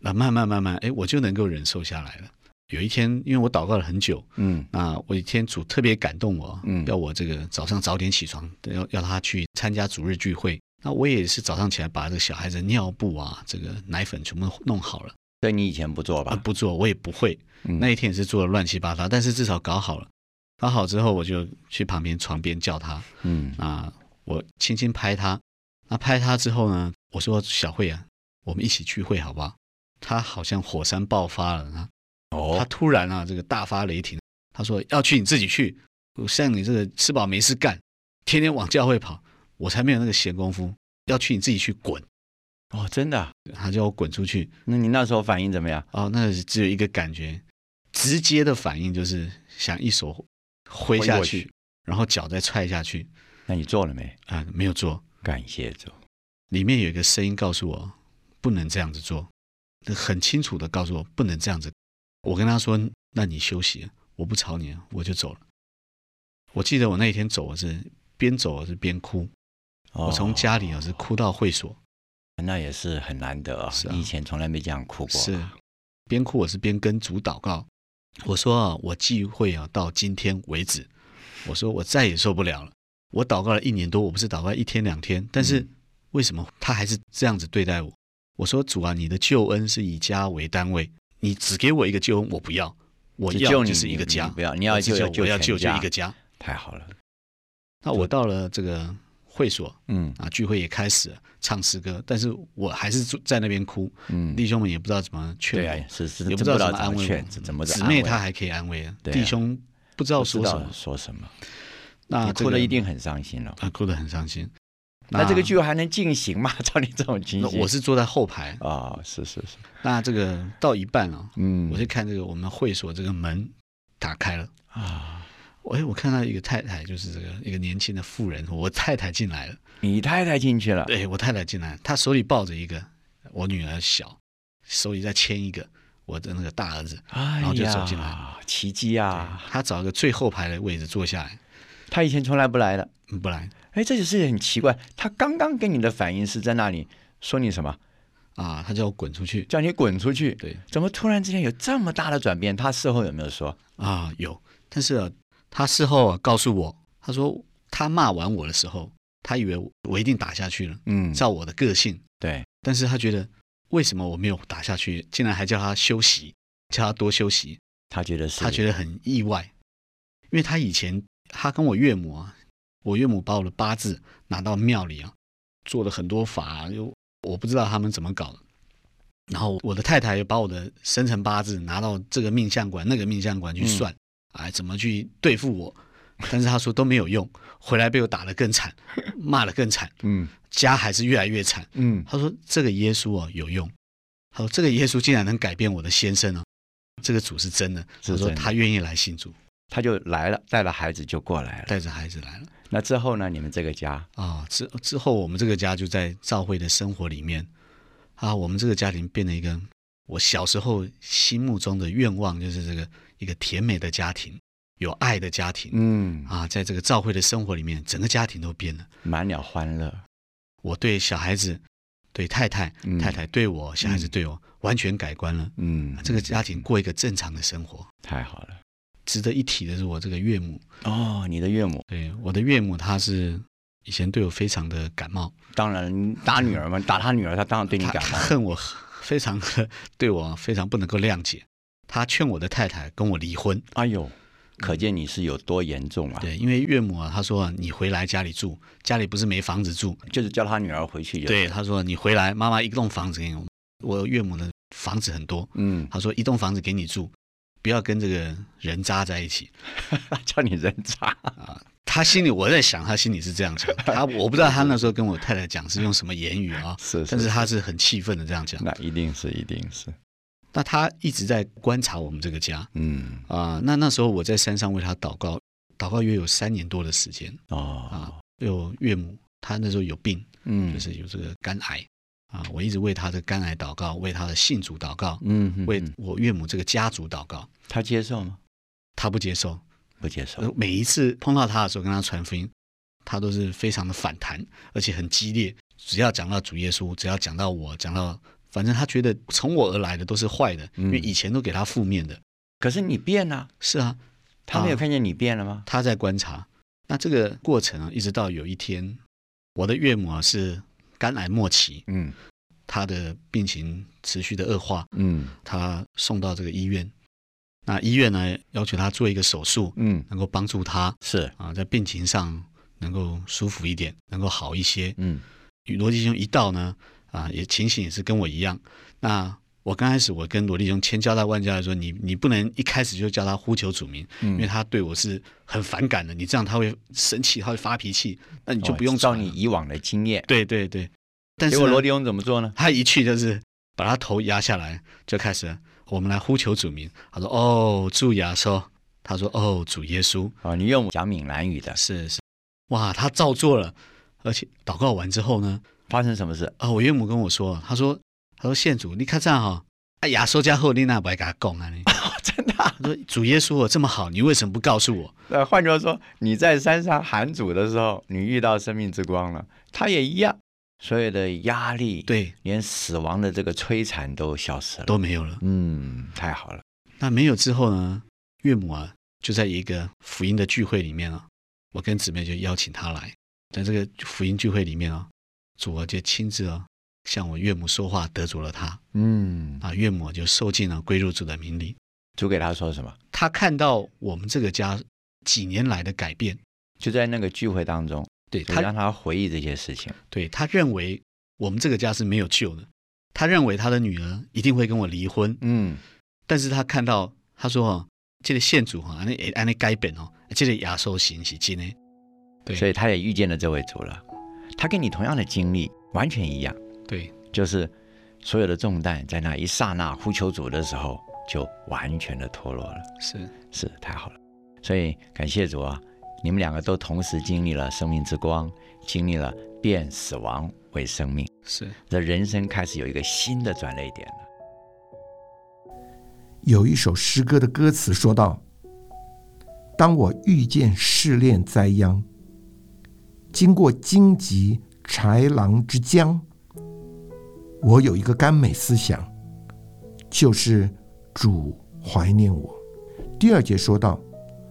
Speaker 4: 那慢慢慢慢，哎，我就能够忍受下来了。有一天，因为我祷告了很久，
Speaker 3: 嗯
Speaker 4: 那啊我一天主特别感动我，
Speaker 3: 嗯
Speaker 4: 要我这个早上早点起床，要要他去参加主日聚会。那我也是早上起来把这个小孩子尿布啊，这个奶粉全部弄好了，
Speaker 3: 这你以前不做
Speaker 4: 啊
Speaker 3: 吧？
Speaker 4: 不做我也不会。
Speaker 3: 嗯
Speaker 4: 那一天也是做的乱七八糟，但是至少搞好了。搞好之后，我就去旁边床边叫他，
Speaker 3: 嗯
Speaker 4: 啊，我轻轻拍他，那拍他之后呢，我说小慧啊，我们一起聚会好不好？他好像火山爆发了啊，他
Speaker 3: 哦
Speaker 4: 突然啊，这个大发雷霆，他说要去你自己去，我像你这个吃饱没事干，天天往教会跑，我才没有那个闲工夫，要去你自己去滚，
Speaker 3: 哦，真的啊？
Speaker 4: 他叫我滚出去，
Speaker 3: 那你那时候反应怎么样？
Speaker 4: 哦，那只有一个感觉，直接的反应就是想一手挥
Speaker 3: 挥
Speaker 4: 下
Speaker 3: 过
Speaker 4: 去，
Speaker 3: 去
Speaker 4: 然后脚再踹下去，
Speaker 3: 那你做了没？
Speaker 4: 啊、没有做，
Speaker 3: 感谢主，
Speaker 4: 里面有一个声音告诉我不能这样子做，很清楚的告诉我不能这样子。我跟他说：“那你休息，我不吵你，我就走了。”我记得我那一天走，我是边走我是边哭，
Speaker 3: 哦
Speaker 4: 我从家里我啊是哭到会所，
Speaker 3: 那也是很难得啊
Speaker 4: 是啊
Speaker 3: 你以前从来没这样哭过。啊
Speaker 4: 是边哭我是边跟主祷告，我说啊，我忌讳啊到今天为止，我说我再也受不了了。我祷告了一年多，我不是祷告一天两天，但是
Speaker 3: 嗯
Speaker 4: 为什么他还是这样子对待我？我说主啊，你的救恩是以家为单位，你只给我一个救恩，我不要，我
Speaker 3: 只
Speaker 4: 要
Speaker 3: 救你
Speaker 4: 就是一个
Speaker 3: 你
Speaker 4: 家
Speaker 3: 你，不要你要
Speaker 4: 我只
Speaker 3: 救要救
Speaker 4: 我要
Speaker 3: 全
Speaker 4: 救就
Speaker 3: 家
Speaker 4: 一个家。
Speaker 3: 太好了，
Speaker 4: 那我到了这个会所
Speaker 3: 嗯
Speaker 4: 啊，聚会也开始了唱诗歌，但是我还是住在那边哭，
Speaker 3: 嗯，
Speaker 4: 弟兄们也不知道怎么劝
Speaker 3: 对
Speaker 4: 我。
Speaker 3: 啊，是是，
Speaker 4: 也
Speaker 3: 真不
Speaker 4: 不知道
Speaker 3: 怎
Speaker 4: 怎么
Speaker 3: 么
Speaker 4: 安慰
Speaker 3: 劝，
Speaker 4: 我
Speaker 3: 怎怎么
Speaker 4: 姊
Speaker 3: 安
Speaker 4: 妹
Speaker 3: 慰
Speaker 4: 她还可以安慰啊，
Speaker 3: 对啊
Speaker 4: 弟兄不知道
Speaker 3: 不知
Speaker 4: 说什么
Speaker 3: 道，说什么，
Speaker 4: 那
Speaker 3: 你
Speaker 4: 这
Speaker 3: 哭
Speaker 4: 个
Speaker 3: 的一定很伤心了。
Speaker 4: 啊哭得很伤心。
Speaker 3: 那这个聚会还能进行吗？ 照你这种情
Speaker 4: 那
Speaker 3: 形，
Speaker 4: 我是坐在后排，
Speaker 3: 啊，是是是，
Speaker 4: 那这个到一半啊，
Speaker 3: 嗯
Speaker 4: 我就看这个我们会所这个门打开了，
Speaker 3: 啊，
Speaker 4: 我哎我看到一个太太，就是这个一个年轻的妇人，我太太进来了，
Speaker 3: 你太太进去了，
Speaker 4: 对我太太进来，她手里抱着一个我女儿小，手里再牵一个我的那个大儿子，
Speaker 3: 哎
Speaker 4: 然后就走
Speaker 3: 呀
Speaker 4: 进来，
Speaker 3: 奇迹啊！
Speaker 4: 她找一个最后排的位置坐下来，
Speaker 3: 他以前从来不来的，
Speaker 4: 嗯不来
Speaker 3: 哎，这就是很奇怪。他刚刚跟你的反应是在那里说你什么，
Speaker 4: 啊，她叫我滚出去，
Speaker 3: 叫你滚出去，
Speaker 4: 对。
Speaker 3: 怎么突然之间有这么大的转变？他事后有没有说？
Speaker 4: 啊，有，但是、啊、他事后、啊、告诉我，他说他骂完我的时候，他以为我一定打下去了，
Speaker 3: 嗯
Speaker 4: 照我的个性，
Speaker 3: 对，
Speaker 4: 但是他觉得为什么我没有打下去，竟然还叫他休息，叫他多休息，
Speaker 3: 他觉得是，
Speaker 4: 他觉得很意外，因为他以前他跟我岳母啊，我岳母把我的八字拿到庙里啊，做了很多法、啊，又我不知道他们怎么搞的。然后我的太太又把我的生辰八字拿到这个命相馆、那个命相馆去算，哎，怎么去对付我？但是他说都没有用，回来被我打得更惨，骂得更惨，
Speaker 3: 嗯
Speaker 4: 家还是越来越惨。
Speaker 3: 嗯
Speaker 4: 他说这个耶稣啊有用，他说这个耶稣竟然能改变我的先生啊，这个主是真的。
Speaker 3: 是
Speaker 4: 他说
Speaker 3: 真的
Speaker 4: 他愿意来信主，
Speaker 3: 他就来了，带了孩子就过来了。
Speaker 4: 带着孩子来了
Speaker 3: 那之后呢？你们这个家
Speaker 4: 啊。之之后我们这个家就在教会的生活里面啊，我们这个家庭变成一个我小时候心目中的愿望，就是这个一个甜美的家庭，有爱的家庭、
Speaker 3: 嗯，
Speaker 4: 啊，在这个教会的生活里面，整个家庭都变了。
Speaker 3: 满了欢乐，
Speaker 4: 我对小孩子，对太太，
Speaker 3: 嗯
Speaker 4: 太太对我，小孩子对我，完全改观了。
Speaker 3: 嗯，
Speaker 4: 这个家庭过一个正常的生活。
Speaker 3: 太好了。
Speaker 4: 值得一提的是，我这个岳母，
Speaker 3: 哦，你的岳母，
Speaker 4: 对我的岳母，她是以前对我非常的感冒，
Speaker 3: 当然打女儿嘛，打他女儿，他当然对你
Speaker 4: 她
Speaker 3: 感
Speaker 4: 她
Speaker 3: 冒。
Speaker 4: 恨我，非常的对我非常不能够谅解。她劝我的太太跟我离婚，
Speaker 3: 哎呦，可见你是有多严重啊！，
Speaker 4: 对，因为岳母啊，她说啊你回来家里住，家里不是没房子住，
Speaker 3: 就是叫他女儿回去就。
Speaker 4: 对，，她说你回来，妈妈一栋房子给你，我岳母的房子很多，
Speaker 3: 嗯，
Speaker 4: 她说一栋房子给你住，不要跟这个人渣在一起。啊
Speaker 3: 叫你人渣。
Speaker 4: 她心里我在想，她心里是这样 想，她我不知道她那时候跟我太太讲是用什么言语啊，
Speaker 3: 是
Speaker 4: 但是他是很气愤的这样讲。
Speaker 3: 那一定是一定是，
Speaker 4: 那他一直在观察我们这个家
Speaker 3: 嗯
Speaker 4: 啊、那那时候我在山上为他祷告，祷告约有三年多的时间
Speaker 3: 哦，
Speaker 4: 啊。有岳母，她那时候有病，
Speaker 3: 嗯，
Speaker 4: 就是有这个肝癌啊。我一直为她的肝癌祷告，为她的信主祷告，
Speaker 3: 嗯，嗯
Speaker 4: 为
Speaker 3: 嗯
Speaker 4: 我岳母这个家族祷告。
Speaker 3: 他接受吗？
Speaker 4: 她不接受，
Speaker 3: 不接受
Speaker 4: 呃，每一次碰到她的时候，跟她传福音，她都是非常的反弹，而且很激烈。只要讲到主耶稣，只要讲到我，讲到反正她觉得从我而来的都是坏的，
Speaker 3: 嗯
Speaker 4: 因为以前都给她负面的。
Speaker 3: 可是你变了，
Speaker 4: 是啊，
Speaker 3: 他没有
Speaker 4: 啊
Speaker 3: 看见你变了吗？
Speaker 4: 他在观察。那这个过程啊，一直到有一天，我的岳母啊是肝癌末期，
Speaker 3: 嗯
Speaker 4: 她的病情持续的恶化，
Speaker 3: 嗯
Speaker 4: 她送到这个医院。那医院呢要求她做一个手术，
Speaker 3: 嗯，
Speaker 4: 能够帮助她
Speaker 3: 是，
Speaker 4: 啊在病情上能够舒服一点，能够好一些。
Speaker 3: 嗯
Speaker 4: 与罗弟兄一道呢，啊也情形也是跟我一样。那我刚开始我跟罗弟兄千交代万交代说，你你不能一开始就叫他呼求主名，因为
Speaker 3: 嗯，
Speaker 4: 他对我是很反感的，你这样他会生气，他会发脾气，那你就不用
Speaker 3: 哦照
Speaker 4: 传
Speaker 3: 你
Speaker 4: 了
Speaker 3: 以往的经验。
Speaker 4: 对对对，但是
Speaker 3: 结果
Speaker 4: 呢
Speaker 3: 罗迪翁怎么做呢？
Speaker 4: 他一去就是把他头压下来，就开始我们来呼求主名。他说：“哦，主耶稣。”他说：“哦，主耶稣。
Speaker 3: 哦，你用讲闽南语的”，
Speaker 4: 是是，哇，他照做了，而且祷告完之后呢，
Speaker 3: 发生什么事？
Speaker 4: 啊，我岳母跟我说，他说：“他说县主，你看这样哈、哎呀，说家后你那不爱跟他讲啊？你
Speaker 3: 真的啊、
Speaker 4: 他说主耶稣我这么好，你为什么不告诉我？
Speaker 3: 呃，换句话说，你在山上喊主的时候，你遇到生命之光了，他也一样，所有的压力，，
Speaker 4: 对，
Speaker 3: 连死亡的这个摧残都消失了。
Speaker 4: 都没有了。”
Speaker 3: 嗯，太好了，
Speaker 4: 那没有之后呢，岳母啊就在一个福音的聚会里面啊，我跟姊妹就邀请她来，在这个福音聚会里面啊，主啊就亲自啊向我岳母说话，得着了她
Speaker 3: 嗯，
Speaker 4: 啊，岳母啊就受尽了归入主的名里。
Speaker 3: 主给他说什么？
Speaker 4: 她看到我们这个家几年来的改变，
Speaker 3: 就在那个聚会当中，
Speaker 4: 对啊
Speaker 3: 他
Speaker 4: 她
Speaker 3: 让他回忆这些事情。
Speaker 4: 对她认为我们这个家是没有救的，她认为她的女儿一定会跟我离婚，
Speaker 3: 嗯，
Speaker 4: 但是他看到他说哦，这个县主哈，安尼安尼改变哦，这个亚寿行是真的，对
Speaker 3: 所以他也遇见了这位主了，他跟你同样的经历，完全一样，
Speaker 4: 对
Speaker 3: 就是所有的重担在那一刹那呼求主的时候，就完全的脱落了。
Speaker 4: 是
Speaker 3: 是太好了，所以感谢主啊，你们两个都同时经历了生命之光，经历了变死亡为生命，
Speaker 4: 是
Speaker 3: 这人生开始有一个新的转捩点了。
Speaker 2: 有一首诗歌的歌词说道：“当我遇见试炼灾殃，经过荆棘豺狼之江，我有一个甘美思想，就是主怀念我。”第二节说到：“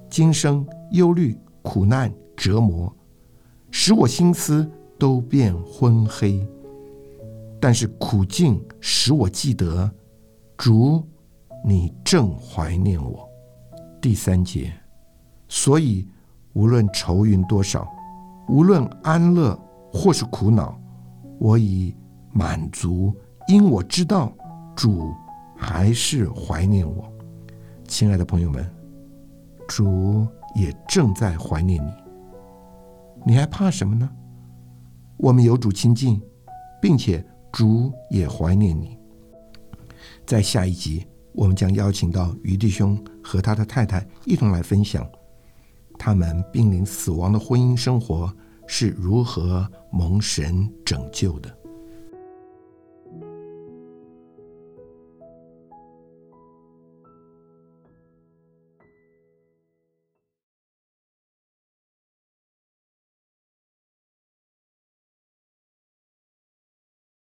Speaker 2: 今生忧虑、苦难、折磨，使我心思都变昏黑；但是苦境使我记得主你正怀念我。第三节，所以无论愁云多少，无论安乐或是苦恼，我已满足，因我知道主还是怀念我。亲爱的朋友们，主也正在怀念你，你还怕什么呢？我们有主亲近，并且主也怀念你。在下一集，我们将邀请到于弟兄和他的太太一同来分享，他们濒临死亡的婚姻生活是如何蒙神拯救的。